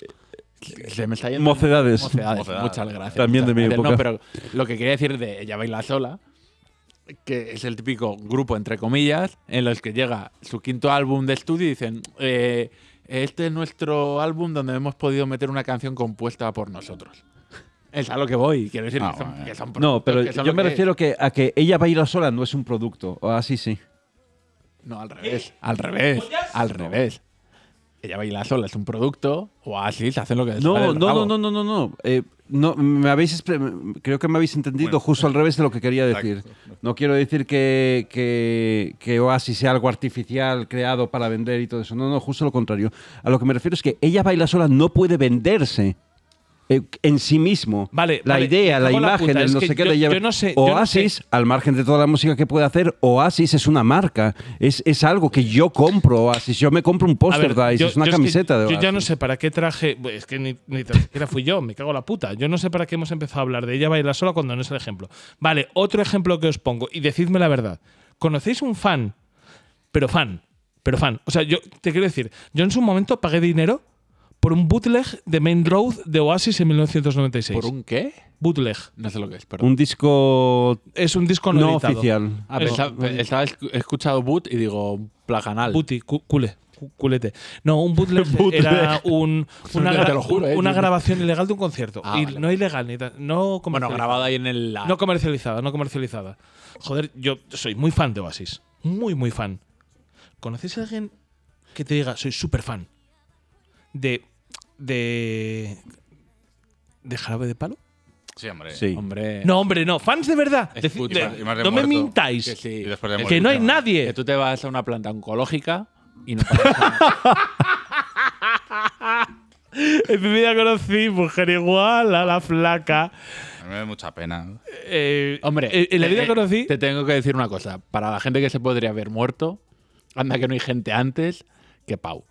se me está yendo
Mocedades.
Mocedades,
Mocedades.
muchas gracias.
También
muchas
de mi
gracias.
época.
No, pero lo que quería decir de Ella Baila Sola, que es el típico grupo, entre comillas, en los que llega su quinto álbum de estudio y dicen: eh, Este es nuestro álbum donde hemos podido meter una canción compuesta por nosotros. Es a lo que voy, quiero decir
Ah,
que, son,
bueno.
que son
No,
productos,
pero
que son
yo
lo
me
que-
refiero que a que ella baila sola no es un producto. o Así sí.
No, al revés, al revés, al revés. Ella baila sola, es un producto, o así, se hacen lo que les sale
No,
del
no,
rabo.
no, no, no, no, no. Eh, no, me habéis expre- creo que me habéis entendido justo al revés de lo que quería decir. No quiero decir que, que, que Oasis sea algo artificial creado para vender y todo eso. No, no, justo lo contrario. A lo que me refiero es que ella baila sola no puede venderse. eh, en sí mismo.
Vale,
la
vale,
idea, la
cago en la
imagen,
puta,
el
es
no
que
sé qué
yo-
te lleva.
yo no sé, yo no
Oasis, al margen de toda la música que puede hacer, Oasis es una marca. Es, es algo que yo compro Oasis. Yo me compro un
A
póster
ver,
de Oasis,
yo-
es una
yo es que
camiseta de
Yo
Oasis.
ya no sé para qué traje. bueno, Es que ni, ni tan siquiera fui yo, me cago en la puta. Yo no sé para qué hemos empezado a hablar de ella baila sola cuando no es el ejemplo. Vale, otro ejemplo que os pongo y decidme la verdad. ¿Conocéis un fan? Pero fan, pero fan. O sea, yo te quiero decir, yo en su momento pagué dinero por un bootleg de Main Road de Oasis en 1996.
¿Por un qué?
bootleg.
No sé lo que es, perdón.
Un disco
Es un disco no,
no
editado.
oficial.
Ah,
Es-
pensaba- pe- estaba esc- he escuchado boot y digo, plaganal.
Puti, cu- cule, cu- culete. No, un bootleg, era un, una,
Te-
gra-
te lo juro, ¿eh?
una
Yo-
grabación ilegal de un concierto.
Ah,
y
vale.
no ilegal, ni tan- no
Bueno,
comercializada.
grabado ahí en el. la-
No comercializada, no comercializada. Joder, yo soy muy fan de Oasis. Muy, muy fan. ¿Conocéis a alguien que te diga, soy súper fan? De. de. de Jarabe de Palo?
Sí, hombre.
Sí.
Hombre.
No, hombre, no. Fans de verdad.
Eh. Es
Deci-
puto.
de-
Y más-
y más de
no me
muerto.
mintáis.
Que sí.
Y después de
Es
morir,
Que no hay
chaval.
Que
nadie.
tú te vas a una planta oncológica y no pasa nada.
En mi vida conocí mujer igual a la flaca.
A mí me da mucha pena.
Eh,
Hombre,
eh, en la vida
eh,
conocí.
Te tengo que decir una cosa. Para la gente que se podría haber muerto, anda que no hay gente antes que Pau.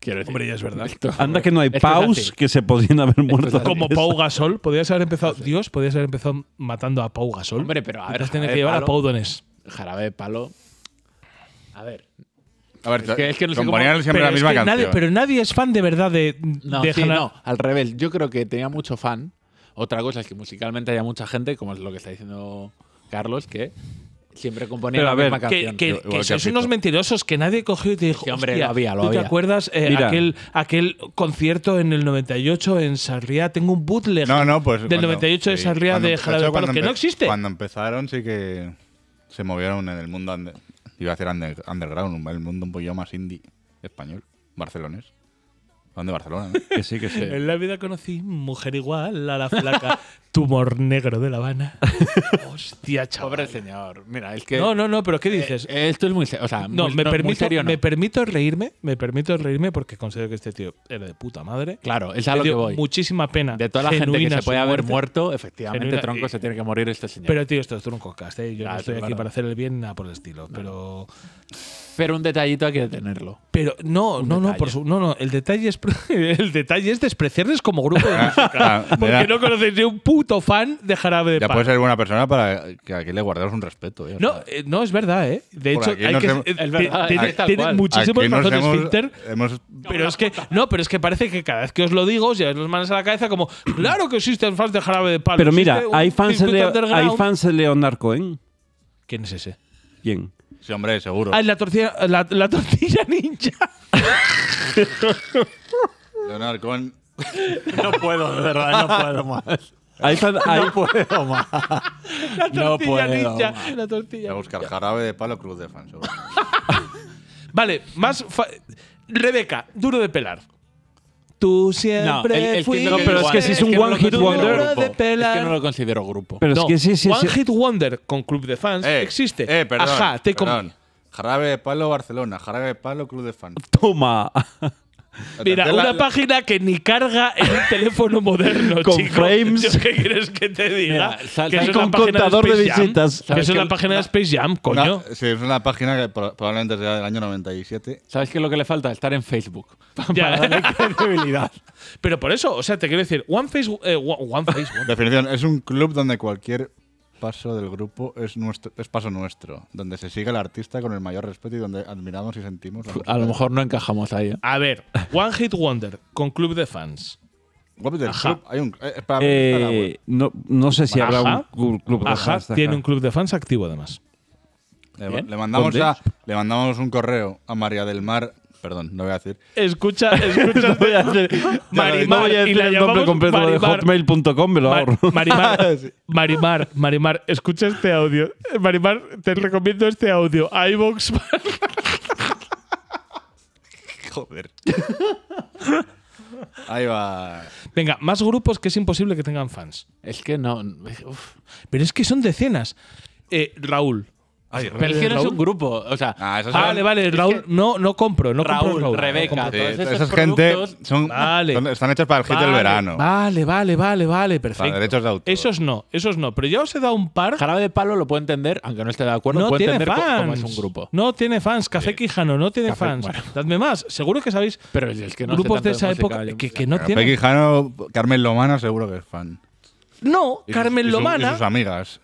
Quiero decir.
Hombre, ya es verdad.
Esto-
Anda que no hay
esto es
paus
así.
que se podrían haber
es
muerto.
así.
como
antes.
Pau Gasol, podrías haber empezado. Dios, podrías haber empezado matando a Pau Gasol.
Hombre, pero a ver,
Has tenido
jarabe
que llevar
palo.
a Pau Donés.
Jarabe de palo. A ver.
A ver,
Es que- es que no sé cómo-
componían siempre la
es
misma
que
canción.
Nadie, pero nadie es fan de verdad de.
No,
de
sí,
Hannah-
no, al revés. Yo creo que tenía mucho fan. Otra cosa es que musicalmente haya mucha gente, como es lo que está diciendo Carlos, que siempre componía
Pero a
la
ver,
misma
Que,
canción.
que-
Igual
que
que
sois
Apito.
unos mentirosos que nadie cogió y te dijo.
Sí, hombre,
"Hostia,
lo había, lo
¿tú te
había".
acuerdas eh,
Mira.
aquel, aquel concierto en el 98 en Sarriá? Tengo un bootleg
No, no, pues.
del
cuando-
98 de
sí,
Sarriá
cuando
de
empezó,
Jarabe de Palo,
cuando
que no
empe-
existe.
Cuando empezaron, sí que se movieron en el mundo. under- iba a decir under- underground, el mundo un poquillo más indie español, barcelonés. Son de Barcelona, ¿no?
Que sí, que sí.
En la vida conocí mujer igual a la flaca tumor negro de La Habana. Hostia, chaval.
Pobre señor. Mira, es que.
No, no, no, pero ¿qué dices?
eh, esto es muy. se- O sea,
no,
muy-
me,
muy
permito,
serio, no.
me permito reírme, me permito reírme porque considero que este tío era de puta madre.
Claro, es a
Me
lo que
dio
voy.
Muchísima pena.
De toda la gente que
genuina
se
su
puede haber
muerte.
muerto, efectivamente,
Genuina-
tronco,
eh,
se tiene que morir este señor. Pero,
Pero tío, esto es un cast, ¿eh? Yo
Claro,
no estoy
sí,
aquí
claro.
para hacer el bien, nada por el estilo. Pero,
un detallito hay que tenerlo.
pero no, no, no,
detalle.
por su- no, no. El detalle es, el detalle es despreciarles como grupo de música.
Ah, mira,
Porque no conocéis ni un puto fan de Jarabe de
pues
ya
Palo.
puedes ser buena persona para que aquí le guardemos un respeto. ¿eh? O
No,
sea,
eh, no, es verdad, ¿eh? De
Por
hecho,
aquí
hay
nos
que,
hemos-
eh,
Es verdad,
tiene-
es tal
tienen
cual.
muchísimos
aquí nos
razones
hemos-
filter,
hemos-
pero es que, no, pero es que parece que cada vez que os lo digo, os lleváis las manos a la cabeza como, claro que existen fans de Jarabe de Palo.
Pero mira,
existe un
hay fans, de
circuito
Leo- hay
underground.
fans de Leonard Cohen.
¿Quién es ese?
¿Quién?
Sí, hombre, seguro.
Ah, la tortilla, la, la tortilla ninja.
Leonardo Cohen.
No puedo, de verdad, no puedo más.
Hay fan- hay-
puedo más.
La tortilla
No puedo,
ninja.
ma.
La tortilla.
Voy a buscar jarabe de palo cruz de fan. seguro.
Vale, más. fa- Rebeca, duro de pelar. Tú siempre
el- el que
fuiste
no, pero es que si es un
no
one
lo
hit
considero
wonder.
duro de
Es que
pelar.
no lo considero grupo.
Pero
No,
es que sí, sí,
One
sí.
Hit Wonder con Club de Fans
Eh,
existe.
Eh, perdón.
Ajá, te com-
perdón. Jarabe de palo Barcelona, jarabe de palo cruz de fan.
Toma.
Mira,
La-
una
la-
página que ni carga en un teléfono moderno,
Con
chico.
frames.
Yo, ¿Qué quieres que te diga?
Mira, sal-
que eso
sal-
es
con
la página
contador de
Space Jam.
visitas.
Que eso es
que
la página de Space Jam,
Una-
coño.
sí, es una página que pro- probablemente sea del año 97.
¿Sabes qué es lo que le falta? Estar en Facebook.
Ya.
credibilidad.
Pero por eso, o sea, te quiero decir, One Face, eh, One, One Face Wonder.
Definición, es un club donde cualquier paso del grupo es, nuestro, es paso nuestro, donde se sigue al artista con el mayor respeto y donde admiramos y sentimos. la música
A lo
del-
mejor no encajamos ahí. ¿eh?
A ver, One Hit Wonder con Club de Fans.
Guapo del
Ajá.
club, hay un. eh, espera, espera,
Eh,
güey.
no, no sé si habrá
Ajá.
un clu- club de
Ajá,
fans de
tiene
Pues acá.
un Club de Fans activo además.
le, le mandamos
¿Dónde?
a- le mandamos un correo a María del Mar. Perdón, no voy a decir.
Escucha, escucha.
Voy a hacer-
Marimar,
no voy a
y
decir
la
el nombre
llamamos
completo de
Marimar.
hotmail.com, me lo
Ma-
ahorro.
Marimar, Marimar, Marimar, escucha este audio. Marimar, te recomiendo este audio. iVox.
Joder. Ahí va.
Venga, más grupos que es imposible que tengan fans.
Es que no. uf.
Pero es que son decenas. Eh, Raúl,
Ay,
Pero es que no es un grupo. O sea,
Ah, esas
Vale,
son-
vale, Ah, Raúl, no, no compro. No compro
Raúl,
Raúl, no
Rebeca,
compro.
Sí,
todos esos
esas gente
productos-
son,
Vale.
son- están hechas para el hit del verano.
Vale, vale, vale, vale, perfecto.
derechos de autor.
Esos no, esos no. Pero ya os he dado un par.
Jarabe de Palo lo puedo entender, aunque no esté de acuerdo,
No
puedo
tiene
entender co-
fans.
cómo es un grupo.
No tiene fans. Café Quijano no tiene
Café-
fans.
bueno.
Dadme más. Seguro que sabéis
Pero es que no sé
grupos
tanto
de esa
música,
época
yo-
que, que no
Pequi
tienen.
Jano, Carmen Lomana seguro que es fan.
No,
Y sus-
Carmen
y sus- Y
Lomana.
sus amigas.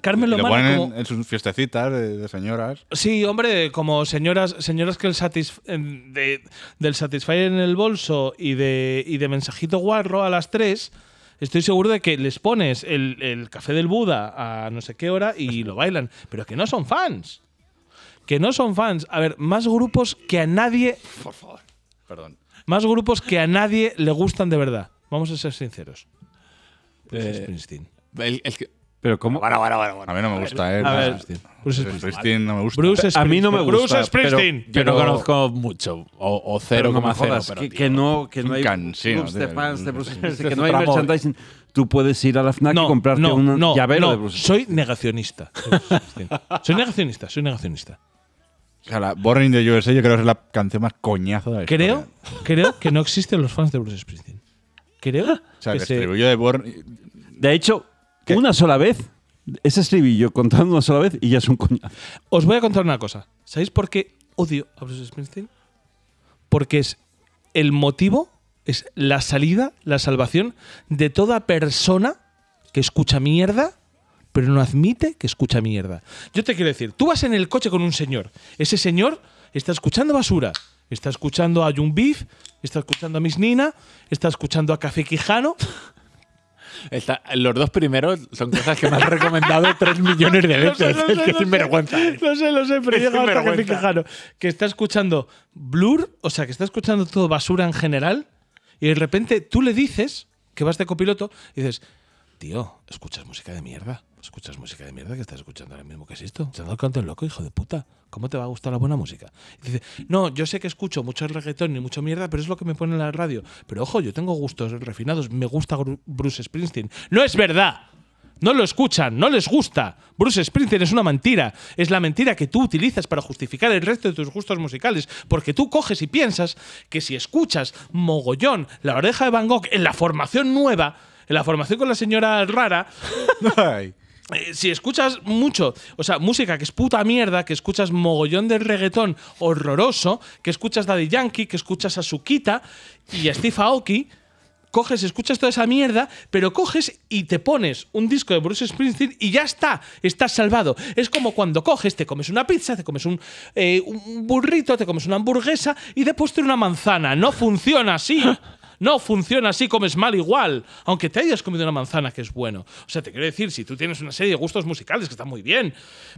Carmen
Y lo
Lomana
ponen
como.
en sus fiestecitas de, de señoras.
Sí, hombre, como señoras, señoras que el satis- en- de- del Satisfyer en el bolso y de, y de mensajito guarro a las 3, estoy seguro de que les pones el, el café del Buda a no sé qué hora y lo bailan. Pero que no son fans. Que no son fans. A ver, más grupos que a nadie.
Perdón.
Más grupos que a nadie le gustan de verdad. Vamos a ser sinceros.
Pues
Bruce
Eh,
Springsteen.
el- el que-
Pero ¿cómo?
A mí no me gusta, ¿eh?
a
Bruce
ver,
Springsteen.
Bruce
Bruce
pues Springsteen.
Springsteen no me gusta.
Bruce
A mí no me
Springsteen.
gusta,
Bruce
pero-
Springsteen.
yo no
Pero-
conozco mucho, o, o
Pero
0,0.
no me jodas,
pero,
que,
tío,
que no, que
es
no
un
hay
cansino,
clubs de
tío.
fans de Bruce Springsteen, que
Es
no hay
otra movida.
merchandising. Tú puedes ir a la FNAC y comprarte
no,
un
no,
llavero
no,
de Bruce
Soy negacionista. soy negacionista, soy negacionista.
O sea, la Born in the USA yo creo que es la canción más coñazo de la
Creo,
historia.
creo que no existen los fans de Bruce Springsteen. Creo
O sea,
que
el
se-
estribillo de Born.
De hecho, una sola vez, ese estribillo contando una sola vez y ya es un coñazo.
Os voy a contar una cosa. ¿Sabéis por qué odio a Bruce Springsteen? Porque es el motivo, es la salida, la salvación de toda persona que escucha mierda, pero no admite que escucha mierda. Yo te quiero decir, tú vas en el coche con un señor. Ese señor está escuchando basura, está escuchando a Jung Beef, está escuchando a Miss Nina, está escuchando a Café Quijano.
está- los dos primeros son cosas que me has recomendado 3 millones de
No sé,
veces.
no
es
sé,
que
no
es
sé.
sinvergüenza.
No sé, lo sé, pero llega hasta que
sinvergüenza.
pique Jano, que está escuchando Blur, o sea, que está escuchando todo basura en general, y de repente tú le dices que vas de copiloto y dices, tío, escuchas música de mierda. Escuchas música de mierda que estás escuchando ahora mismo. ¿Qué es esto? Te has dado canto en loco, hijo de puta. ¿Cómo te va a gustar la buena música? Y dice, no, yo sé que escucho mucho reggaetón y mucho mierda, pero es lo que me pone en la radio. Pero ojo, yo tengo gustos refinados. Me gusta Gru- Bruce Springsteen. ¡No es verdad! No lo escuchan, no les gusta. Bruce Springsteen es una mentira. Es la mentira que tú utilizas para justificar el resto de tus gustos musicales. Porque tú coges y piensas que si escuchas mogollón la oreja de Van Gogh en la formación nueva, en la formación con la señora rara,
Ay.
eh, si escuchas mucho, o sea, música que es puta mierda, que escuchas mogollón del reggaetón horroroso, que escuchas Daddy Yankee, que escuchas a Sukita y a Steve Aoki, coges, escuchas toda esa mierda, pero coges y te pones un disco de Bruce Springsteen y ya está, estás salvado. Es como cuando coges, te comes una pizza, te comes un, eh, un burrito, te comes una hamburguesa y de postre una manzana. No funciona así. No funciona así, comes mal igual, aunque te hayas comido una manzana, que es bueno. O sea, te quiero decir, si tú tienes una serie de gustos musicales que está muy bien,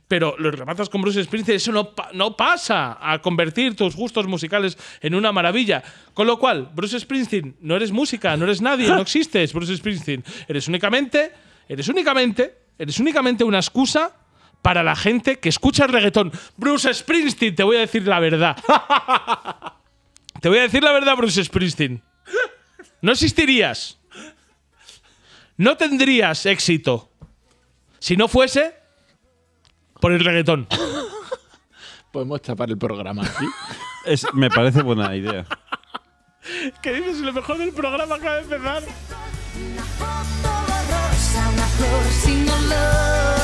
pero los rematas con Bruce Springsteen, eso no, pa- no pasa a convertir tus gustos musicales en una maravilla. Con lo cual, Bruce Springsteen, no eres música, no eres nadie, no existes, Bruce Springsteen. Eres únicamente, eres únicamente, eres únicamente una excusa para la gente que escucha el reggaetón. Bruce Springsteen, te voy a decir la verdad. Te voy a decir la verdad, Bruce Springsteen. No existirías. No tendrías éxito si no fuese por el reggaetón.
Podemos chapar el programa aquí.
Es- me parece buena idea.
¿Qué dices? Lo mejor del programa acaba de empezar.
Una foto borrosa, una flor sin olor.